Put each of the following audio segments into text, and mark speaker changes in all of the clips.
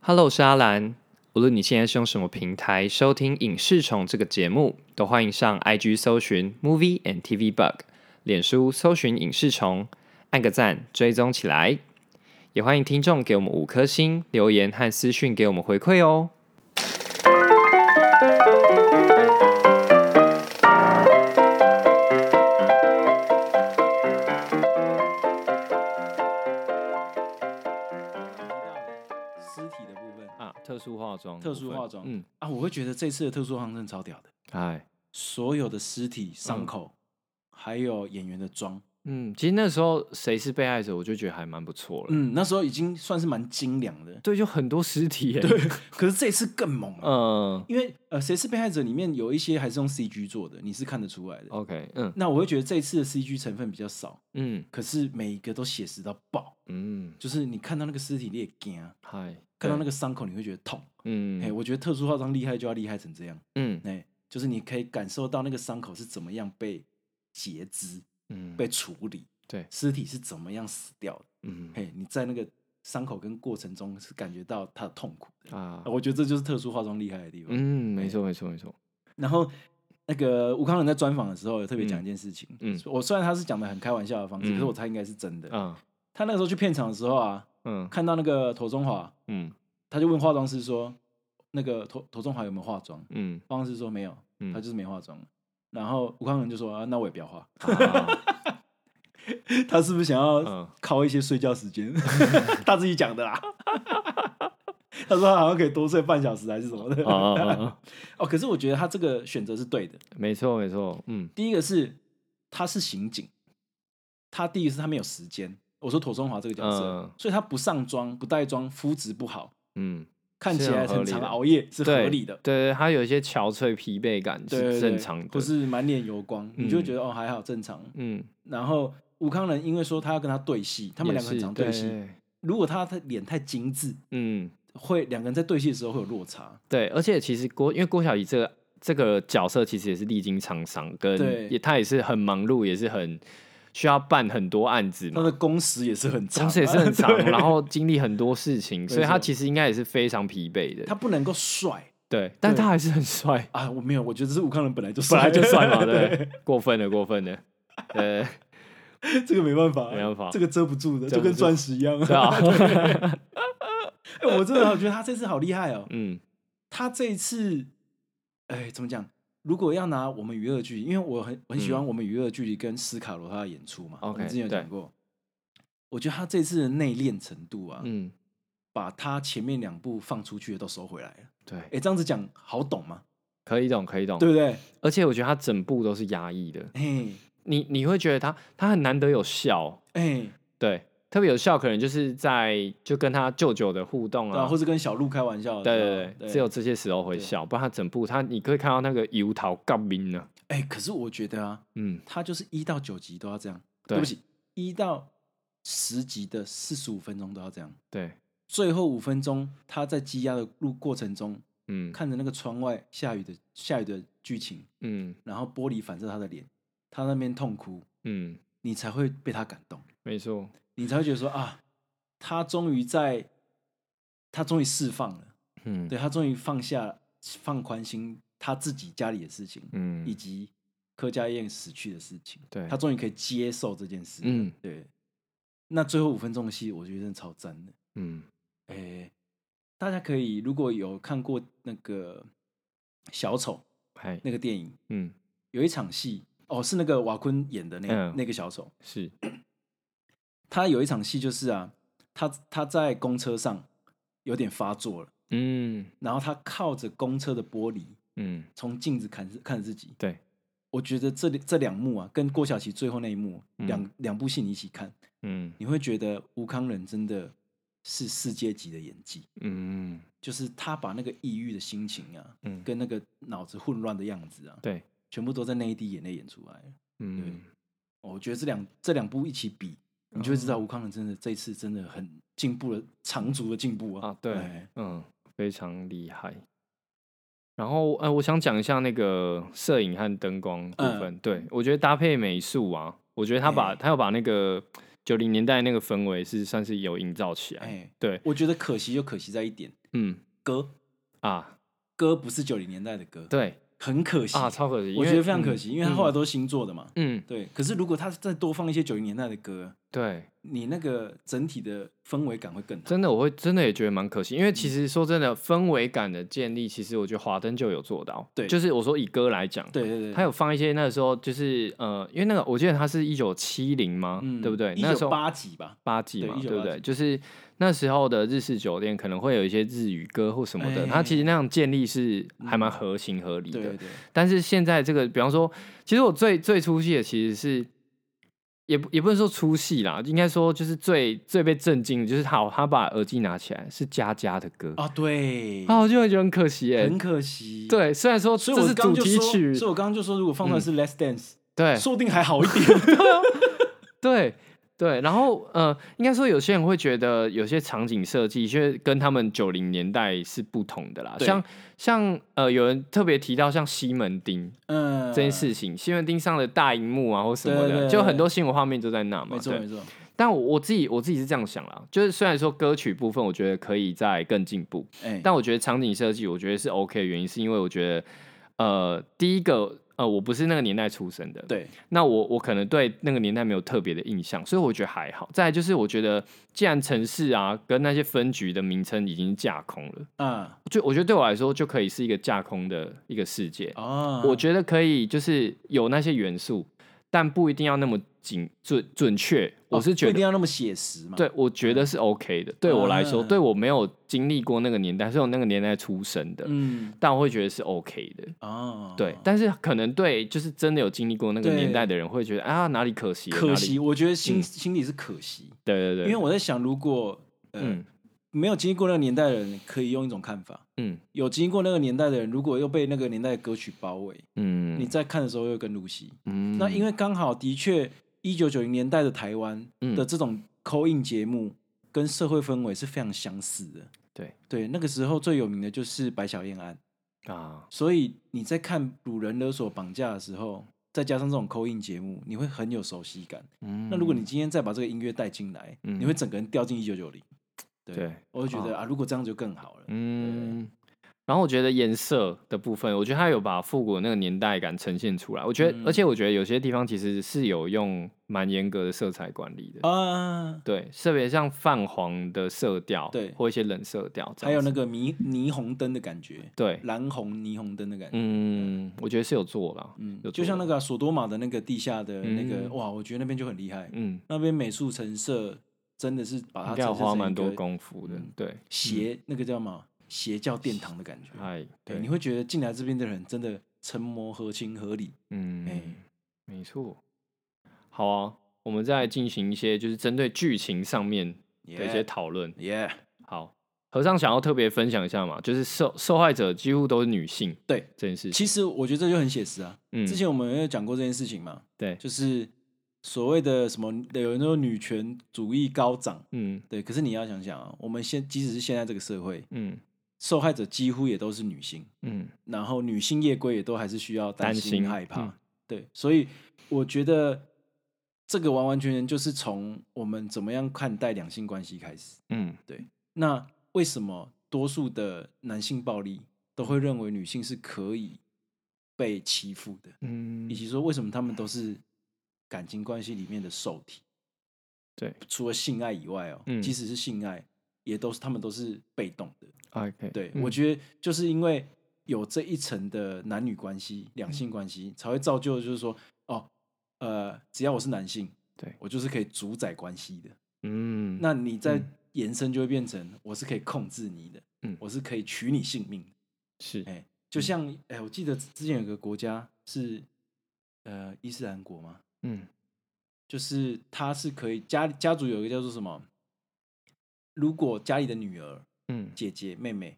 Speaker 1: Hello，我是阿兰。无论你现在是用什么平台收听《影视虫》这个节目，都欢迎上 IG 搜寻 Movie and TV Bug，脸书搜寻影视虫，按个赞追踪起来。也欢迎听众给我们五颗星留言和私讯给我们回馈哦。
Speaker 2: 尸体的部分
Speaker 1: 啊，特殊化妆，
Speaker 2: 特殊化妆
Speaker 1: 嗯，
Speaker 2: 啊，我会觉得这次的特殊化妆真的超屌的，
Speaker 1: 哎，
Speaker 2: 所有的尸体、伤口，还有演员的妆，
Speaker 1: 嗯，其实那时候谁是被害者，我就觉得还蛮不错了。
Speaker 2: 嗯，那时候已经算是蛮精良的，
Speaker 1: 对，就很多尸体耶。对，
Speaker 2: 可是这次更猛了，
Speaker 1: 嗯
Speaker 2: 因为呃，谁是被害者里面有一些还是用 CG 做的，你是看得出来的。
Speaker 1: ，OK，嗯
Speaker 2: 那我会觉得这次的 CG 成分比较少，
Speaker 1: 嗯
Speaker 2: 可是每一个都写实到爆，
Speaker 1: 嗯，
Speaker 2: 就是你看到那个尸体你也惊，啊
Speaker 1: 嗨，
Speaker 2: 看到
Speaker 1: 个，
Speaker 2: 那个伤口你会觉得痛。哎、
Speaker 1: 嗯
Speaker 2: 我觉得特殊化妆厉害就要厉害成这样，
Speaker 1: 嗯
Speaker 2: 哎、就是你可以感受到那个伤口是怎么样被截肢、
Speaker 1: 嗯，
Speaker 2: 被处理，
Speaker 1: 对，
Speaker 2: 尸体是怎么样死掉的。
Speaker 1: 嗯
Speaker 2: 嘿，你在那个伤口跟过程中是感觉到它的痛苦的。
Speaker 1: 啊
Speaker 2: 啊，我觉得这就是特殊化妆厉害的地方。
Speaker 1: 嗯，没错没错没错，
Speaker 2: 然后那个吴康仁在专访的时候有特别讲
Speaker 1: 嗯
Speaker 2: 一件事情，
Speaker 1: 嗯
Speaker 2: 我虽然他是讲的很开玩笑的方式，可是
Speaker 1: 嗯
Speaker 2: 我猜应该是真的。
Speaker 1: 啊
Speaker 2: 他那个时候去片场的时候啊，
Speaker 1: 嗯
Speaker 2: 看到那个涂中华，
Speaker 1: 嗯
Speaker 2: 他就问化妆师说，那个涂涂中华有没有化妆？
Speaker 1: 嗯
Speaker 2: 化妆师说没有，
Speaker 1: 嗯，
Speaker 2: 他就是没化妆。然后吴康仁就说啊，那我也不要化。
Speaker 1: 啊
Speaker 2: 他是不是想 要
Speaker 1: 嗯
Speaker 2: 靠一些睡觉时间？ 他自己讲的啦。 他说他好像可以多睡半小时还是什么的。
Speaker 1: 啊啊啊啊，
Speaker 2: 哦，可是我觉得他这个选择是对的。
Speaker 1: 没错没错，嗯
Speaker 2: 第一个是他是刑警，他第一个是他没有时间。我说妥中华这个角色，
Speaker 1: 嗯
Speaker 2: 所以他不上妆、不带妆，肤质不好，
Speaker 1: 嗯，
Speaker 2: 看起
Speaker 1: 是很
Speaker 2: 来
Speaker 1: 合
Speaker 2: 很
Speaker 1: 理
Speaker 2: 常
Speaker 1: 的
Speaker 2: 熬夜是合
Speaker 1: 对
Speaker 2: 理的，
Speaker 1: 对对，他有一些憔悴疲惫感
Speaker 2: 对对
Speaker 1: 是
Speaker 2: 对
Speaker 1: 正常的，
Speaker 2: 不是满脸油光，你就会
Speaker 1: 嗯
Speaker 2: 觉得哦还好正常。
Speaker 1: 嗯，
Speaker 2: 然后吴康仁因为说他要跟他对戏，他们
Speaker 1: 也
Speaker 2: 两个很
Speaker 1: 是
Speaker 2: 常对戏，，如果他的脸太精致，
Speaker 1: 嗯
Speaker 2: 会两个人在对戏的时候会有落差。
Speaker 1: 对，而且其实郭因为郭晓怡这个。这个角色其实也是历经沧桑，
Speaker 2: 对
Speaker 1: 跟也他也是很忙碌，也是很需要办很多案子嘛
Speaker 2: 他，的工时也是很
Speaker 1: 同
Speaker 2: 长、啊，
Speaker 1: 嗯时也是很长，
Speaker 2: 对
Speaker 1: 然后经历很多事情，所以他
Speaker 2: 错
Speaker 1: 其实应该也是非常疲惫的。
Speaker 2: 他不能够帅
Speaker 1: 对，但
Speaker 2: 对
Speaker 1: 他还是很帅，
Speaker 2: 啊！我没有，我觉得这是武康人本来就
Speaker 1: 本
Speaker 2: 帅，
Speaker 1: 来就帅 嘛，对，过分了，过分了，呃，
Speaker 2: 这个没办法，
Speaker 1: 没办法
Speaker 2: 这个遮不住的，
Speaker 1: 遮
Speaker 2: 就
Speaker 1: 不住
Speaker 2: 跟钻石一样
Speaker 1: 对啊，
Speaker 2: 哎我真的好觉得他这次好厉害 哦！
Speaker 1: 嗯
Speaker 2: 他这一次，哎，怎么讲？如果要拿我们娱乐剧，因为我很我很喜欢
Speaker 1: 嗯
Speaker 2: 我们娱乐剧跟斯卡罗他的演出嘛，
Speaker 1: OK，
Speaker 2: 我们之前有
Speaker 1: 对
Speaker 2: 讲过。我觉得他这次的内敛程度啊，
Speaker 1: 嗯，
Speaker 2: 把他前面两部放出去的都收回来了。
Speaker 1: 对，
Speaker 2: 哎，这样子讲好懂吗？
Speaker 1: 可以懂，可以懂，
Speaker 2: 对不对？
Speaker 1: 而且我觉得他整部都是压抑的，
Speaker 2: 哎
Speaker 1: 你你会觉得他他很难得有笑，
Speaker 2: 哎，
Speaker 1: 对，特别有笑，可能就是在就跟他舅舅的互动
Speaker 2: 对啊，
Speaker 1: 啊
Speaker 2: 或。是跟小鹿开玩笑的时
Speaker 1: 对对
Speaker 2: 候，
Speaker 1: 对，只有这些时候会
Speaker 2: 对
Speaker 1: 笑，不然他整部他你可以看到那个油桃杠冰呢，
Speaker 2: 哎、可是我觉得啊，
Speaker 1: 啊嗯，
Speaker 2: 他就是一到九集都要这样，
Speaker 1: 对
Speaker 2: 对不起，一到十集的四十五分钟都要这样，
Speaker 1: 对，
Speaker 2: 最后五分钟他在积压的路过程中，
Speaker 1: 嗯
Speaker 2: 看着那个窗外下雨的下雨的剧情，
Speaker 1: 嗯
Speaker 2: 然后玻璃反射他的脸，他那边痛哭，
Speaker 1: 嗯，
Speaker 2: 你才会被他感动，
Speaker 1: 没错，
Speaker 2: 你才会觉得说啊，他终于在，他终于释放了，
Speaker 1: 嗯，
Speaker 2: 对他终于放下放宽心他自己家里的事情，
Speaker 1: 嗯
Speaker 2: 以及柯佳燕死去的事情，
Speaker 1: 对
Speaker 2: 他终于可以接受这件事。
Speaker 1: 嗯
Speaker 2: 嗯，对。那最后五分钟的戏，我觉得真的超赞的。
Speaker 1: 嗯
Speaker 2: 诶、大家可以如果有看过那个小丑
Speaker 1: 嗨，
Speaker 2: 那个电影，
Speaker 1: 嗯
Speaker 2: 有一场戏哦，是那个瓦昆演的那个、
Speaker 1: 嗯
Speaker 2: 那个小丑，
Speaker 1: 是，
Speaker 2: 他有一场戏就是啊，他他在公车上有点发作了，
Speaker 1: 嗯
Speaker 2: 然后他靠着公车的玻璃
Speaker 1: 嗯
Speaker 2: 从镜子看自看着自己，
Speaker 1: 对，
Speaker 2: 我觉得这里这两幕啊，跟郭晓琪最后那一幕，
Speaker 1: 嗯
Speaker 2: 两两、部戏你一起看，
Speaker 1: 嗯
Speaker 2: 你会觉得吴康仁真的是世界级的演技，
Speaker 1: 嗯
Speaker 2: 就是他把那个抑郁的心情啊，
Speaker 1: 嗯
Speaker 2: 跟那个脑子混乱的样子啊，
Speaker 1: 对，
Speaker 2: 全部都在那一滴眼泪演出来了。
Speaker 1: 嗯
Speaker 2: 哦我觉得这两这两部一起比，你就会知道
Speaker 1: 哦
Speaker 2: 吴康仁真的这一次真的很进步了，长足的进步啊。
Speaker 1: 啊对
Speaker 2: 哎，
Speaker 1: 嗯非常厉害。然后呃，我想讲一下那个摄影和灯光部
Speaker 2: 嗯
Speaker 1: 分，对我觉得搭配美术啊，我觉得他把
Speaker 2: 哎
Speaker 1: 他要把那个九零年代那个氛围是算是有营造起来，
Speaker 2: 哎
Speaker 1: 对
Speaker 2: 我觉得可惜就可惜在一点，
Speaker 1: 嗯
Speaker 2: 歌
Speaker 1: 啊，
Speaker 2: 歌不是九零年代的歌，
Speaker 1: 对
Speaker 2: 很可惜
Speaker 1: 啊，超可惜，因
Speaker 2: 我
Speaker 1: 为
Speaker 2: 觉得非常可惜，
Speaker 1: 嗯
Speaker 2: 因为他后来都新做的嘛。
Speaker 1: 嗯，
Speaker 2: 对，可是如果他再多放一些九零年代的歌，
Speaker 1: 对，
Speaker 2: 你那个整体的氛围感会更好。
Speaker 1: 真的我会真的也觉得蛮可惜，因为
Speaker 2: 嗯
Speaker 1: 其实说真的，氛围感的建立，其实我觉得华灯就有做到，
Speaker 2: 对
Speaker 1: 就是我说以歌来讲，
Speaker 2: 对对对，
Speaker 1: 他有放一些那个时候就是呃，因为那个我记得他是一九七零嘛，对不对？
Speaker 2: 嗯一
Speaker 1: 那时
Speaker 2: 九
Speaker 1: 候
Speaker 2: 八几吧，
Speaker 1: 八季嘛，
Speaker 2: 对1980
Speaker 1: 对不对？就是那时候的日式酒店可能会有一些日语歌或什么的，
Speaker 2: 哎嗯
Speaker 1: 它其实那样建立是还蛮合情合理的。
Speaker 2: 对对对，
Speaker 1: 但是现在这个，比方说，其实我最最出戏的其实是。也不也不能说出戏啦，应该说就是最最被震惊，的就是好，他把耳机拿起来是佳佳的歌
Speaker 2: 啊对，
Speaker 1: 啊，我就会觉得很可惜耶、
Speaker 2: 很可惜。，
Speaker 1: 对，虽然说
Speaker 2: 所
Speaker 1: 这
Speaker 2: 以我
Speaker 1: 是主
Speaker 2: 刚刚就
Speaker 1: 题
Speaker 2: 说，
Speaker 1: 曲，嗯
Speaker 2: 所以我刚刚就说，如果放出来是 Let's Dance，
Speaker 1: 对
Speaker 2: 说不定还好一 点。
Speaker 1: 对对，然后呃，应该说有些人会觉得有些场景设计，因为跟他们九零年代是不同的啦。
Speaker 2: 对
Speaker 1: 像像呃，有人特别提到像西门町
Speaker 2: 嗯，
Speaker 1: 这件事情，西门町上的大荧幕啊或什么
Speaker 2: 对
Speaker 1: 的，
Speaker 2: 对
Speaker 1: 就
Speaker 2: 对
Speaker 1: 很多新闻画面都在那嘛。
Speaker 2: 没错
Speaker 1: 对
Speaker 2: 没错，
Speaker 1: 但我我自己我自己是这样想啦，就是虽然说歌曲部分我觉得可以再更进步，
Speaker 2: 哎，
Speaker 1: 但我觉得场景设计我觉得是 OK 的原因，是因为我觉得呃，第一个呃，我不是那个年代出生的，
Speaker 2: 对
Speaker 1: 那我我可能对那个年代没有特别的印象，所以我觉得还好。再来就是，我觉得既然城市啊跟那些分局的名称已经架空了，
Speaker 2: 啊
Speaker 1: 就我觉得对我来说就可以是一个架空的一个世界。
Speaker 2: 啊，
Speaker 1: 我觉得可以，就是有那些元素，但不一定要那么紧准准确。我是觉
Speaker 2: 哦不一
Speaker 1: 得，
Speaker 2: 定要那么写实嘛。
Speaker 1: 对我觉得是 OK 的。对我来说，
Speaker 2: 嗯
Speaker 1: 对我没有经历过那个年代，是我那个年代出生的，
Speaker 2: 嗯
Speaker 1: 但我会觉得是 OK 的。
Speaker 2: 哦，
Speaker 1: 对，但是可能对就是真的有经历过那个
Speaker 2: 对
Speaker 1: 年代的人会觉得啊哪里可惜了，哪
Speaker 2: 可
Speaker 1: 里
Speaker 2: 惜，我觉得心、心里是可惜，
Speaker 1: 对对嗯对，
Speaker 2: 因为我在想，如果呃、
Speaker 1: 嗯
Speaker 2: 没有经历过那个年代的人，可以用一种看法；
Speaker 1: 嗯
Speaker 2: 有经历过那个年代的人，如果又被那个年代的歌曲包围，
Speaker 1: 嗯，
Speaker 2: 你在看的时候又更入戏。
Speaker 1: 嗯
Speaker 2: 那因为刚好的确，一九九零年代的台湾
Speaker 1: 嗯
Speaker 2: 的这种 call in 节目跟社会氛围是非常相似的。
Speaker 1: 对
Speaker 2: 对，那个时候最有名的就是白小燕案，
Speaker 1: 啊
Speaker 2: 所以你在看掳人勒索绑架的时候，再加上这种 call in 节目，你会很有熟悉感。
Speaker 1: 嗯，
Speaker 2: 那如果你今天再把这个音乐带进来，
Speaker 1: 嗯
Speaker 2: 你会整个人掉进一九九零。
Speaker 1: 对
Speaker 2: 我会觉得
Speaker 1: 啊
Speaker 2: 啊，如果这样就更好了。
Speaker 1: 嗯。然后我觉得颜色的部分，我觉得它有把复古那个年代感呈现出来。我觉得，
Speaker 2: 嗯
Speaker 1: 而且我觉得有些地方其实是有用蛮严格的色彩管理的，
Speaker 2: 啊，
Speaker 1: 对，特别像泛黄的色调，
Speaker 2: 对
Speaker 1: 或一些冷色调这样子，
Speaker 2: 还有那个霓霓虹灯的感觉，
Speaker 1: 对，
Speaker 2: 蓝红霓虹灯的感觉。
Speaker 1: 嗯，我觉得是有做了，
Speaker 2: 嗯
Speaker 1: 有，
Speaker 2: 就
Speaker 1: 做
Speaker 2: 像
Speaker 1: 了
Speaker 2: 那个啊索多玛的那个地下的那个，
Speaker 1: 嗯
Speaker 2: 哇，我觉得那边就很厉害。
Speaker 1: 嗯，
Speaker 2: 那边美术成色真的是把它
Speaker 1: 应该有
Speaker 2: 呈现
Speaker 1: 花
Speaker 2: 成
Speaker 1: 蛮
Speaker 2: 一
Speaker 1: 多
Speaker 2: 个
Speaker 1: 功夫的
Speaker 2: 嗯，
Speaker 1: 对，
Speaker 2: 邪那个叫什么邪教殿堂的感觉。
Speaker 1: 哎，
Speaker 2: 对，你会觉得进来这边的人真的成魔合情合理。
Speaker 1: 嗯，
Speaker 2: 哎
Speaker 1: 没错。好啊，我们再进行一些就是针对剧情上面的一些
Speaker 2: Yeah，
Speaker 1: 讨论。
Speaker 2: yeah，
Speaker 1: 好，和尚想要特别分享一下嘛，就是受受害者几乎都是女性
Speaker 2: 对，
Speaker 1: 这件事情。
Speaker 2: 其实我觉得这就很写实啊。
Speaker 1: 嗯，
Speaker 2: 之前我们有讲过这件事情嘛，
Speaker 1: 对，
Speaker 2: 就是所谓的什么，有人说女权主义高涨，
Speaker 1: 嗯
Speaker 2: 对。可是你要想想啊，我们现即使是现在这个社会，
Speaker 1: 嗯
Speaker 2: 受害者几乎也都是女性，
Speaker 1: 嗯
Speaker 2: 然后女性夜归也都还是需要担
Speaker 1: 担
Speaker 2: 心
Speaker 1: 心
Speaker 2: 害怕，
Speaker 1: 嗯
Speaker 2: 对。所以我觉得这个完完全全就是从我们怎么样看待两性关系开始。
Speaker 1: 嗯
Speaker 2: 那为什么多数的男性暴力都会认为女性是可以被欺负的？
Speaker 1: 嗯
Speaker 2: 以及说为什么他们都是感情关系里面的受体。
Speaker 1: 对，
Speaker 2: 除了性爱以外哦，
Speaker 1: 嗯
Speaker 2: 即使是性爱，也都是他们都是被动的。
Speaker 1: ，OK，
Speaker 2: 对，
Speaker 1: 嗯
Speaker 2: 我觉得就是因为有这一层的男女关系、两性
Speaker 1: 嗯
Speaker 2: 关系，才会造就就是说，哦，呃，只要我是男性，
Speaker 1: 对
Speaker 2: 我就是可以主宰关系的。
Speaker 1: 嗯，
Speaker 2: 那你在
Speaker 1: 嗯
Speaker 2: 延伸就会变成，我是可以控制你的，
Speaker 1: 嗯
Speaker 2: 我是可以取你性命的。
Speaker 1: 是
Speaker 2: 哎、就像哎、我记得之前有个国家是呃伊斯兰国嘛，
Speaker 1: 嗯
Speaker 2: 就是他是可以家家族有一个叫做什么，如果家里的女儿、
Speaker 1: 嗯
Speaker 2: 姐姐、妹妹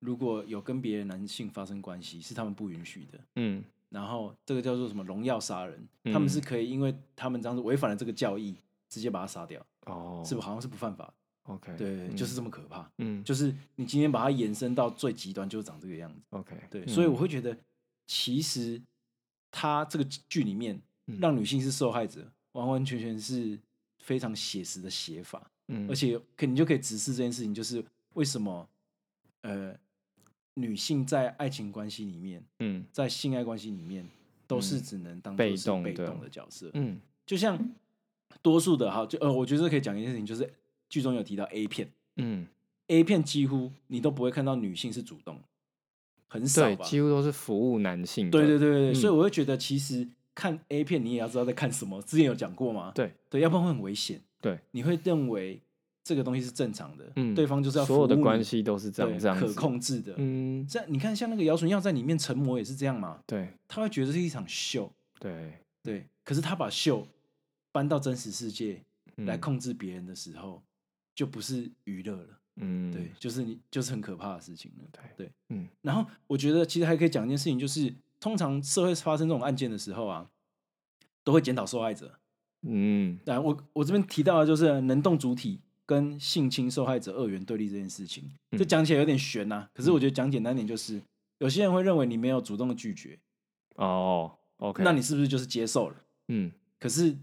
Speaker 2: 如果有跟别的男性发生关系，是他们不允许的。
Speaker 1: 嗯
Speaker 2: 然后这个叫做什么荣耀杀人，他们是
Speaker 1: 嗯
Speaker 2: 可以因为他们这样子违反了这个教义，直接把他杀掉，
Speaker 1: 哦，
Speaker 2: 是不好像是不犯法的。
Speaker 1: ？OK，
Speaker 2: 对，
Speaker 1: 嗯
Speaker 2: 就是这么可怕。
Speaker 1: 嗯，
Speaker 2: 就是你今天把它延伸到最极端，就是长这个样子。
Speaker 1: OK，
Speaker 2: 对，所以我
Speaker 1: 嗯
Speaker 2: 会觉得，其实他这个剧里面
Speaker 1: 嗯
Speaker 2: 让女性是受害者，完完全全是非常写实的写法，
Speaker 1: 嗯，
Speaker 2: 而且可你就可以直视这件事情，就是为什么呃女性在爱情关系里面，
Speaker 1: 嗯
Speaker 2: 在性爱关系里面，都是
Speaker 1: 嗯
Speaker 2: 只能当
Speaker 1: 被
Speaker 2: 做是
Speaker 1: 动
Speaker 2: 被
Speaker 1: 的
Speaker 2: 动的角色。
Speaker 1: 嗯
Speaker 2: 就像多数的哈，就呃，我觉得这可以讲一件事情，就是剧中有提到 A 片
Speaker 1: 嗯，
Speaker 2: ，A 片几乎你都不会看到女性是主动，很少
Speaker 1: 对，
Speaker 2: 吧？
Speaker 1: 几乎都是服务男性的。
Speaker 2: 对对对对，对所以
Speaker 1: 嗯
Speaker 2: 我会觉得其实看 A 片你也要知道在看什么，之前有讲过嘛，
Speaker 1: 对
Speaker 2: 对，要不然会很危险。
Speaker 1: 对，
Speaker 2: 你会认为这个东西是正常的，
Speaker 1: 嗯
Speaker 2: 对方就是要
Speaker 1: 所有的
Speaker 2: 服务你
Speaker 1: 关系都是这样
Speaker 2: 对
Speaker 1: 这样
Speaker 2: 可
Speaker 1: 子
Speaker 2: 控制的。
Speaker 1: 嗯，
Speaker 2: 这样你看，像那个姚纯耀在里面成魔也是这样嘛，
Speaker 1: 对
Speaker 2: 他会觉得是一场秀，
Speaker 1: 对，
Speaker 2: 对，可是他把秀搬到真实世界，
Speaker 1: 嗯
Speaker 2: 来，控制别人的时候，就不是娱乐了，
Speaker 1: 嗯，
Speaker 2: 对，就是你就是很可怕的事情了。对，
Speaker 1: 嗯
Speaker 2: 然后我觉得其实还可以讲一件事情，就是通常社会发生这种案件的时候啊，都会检讨受害者。
Speaker 1: 嗯
Speaker 2: 那我我这边提到的就是能动主体跟性侵受害者二元对立这件事情，
Speaker 1: 嗯
Speaker 2: 这讲起来有点悬呐、可是我觉得讲简单一点就是，有些人会认为你没有主动的拒绝，
Speaker 1: 哦，OK，
Speaker 2: 那你是不是就是接受了？
Speaker 1: 嗯
Speaker 2: 可是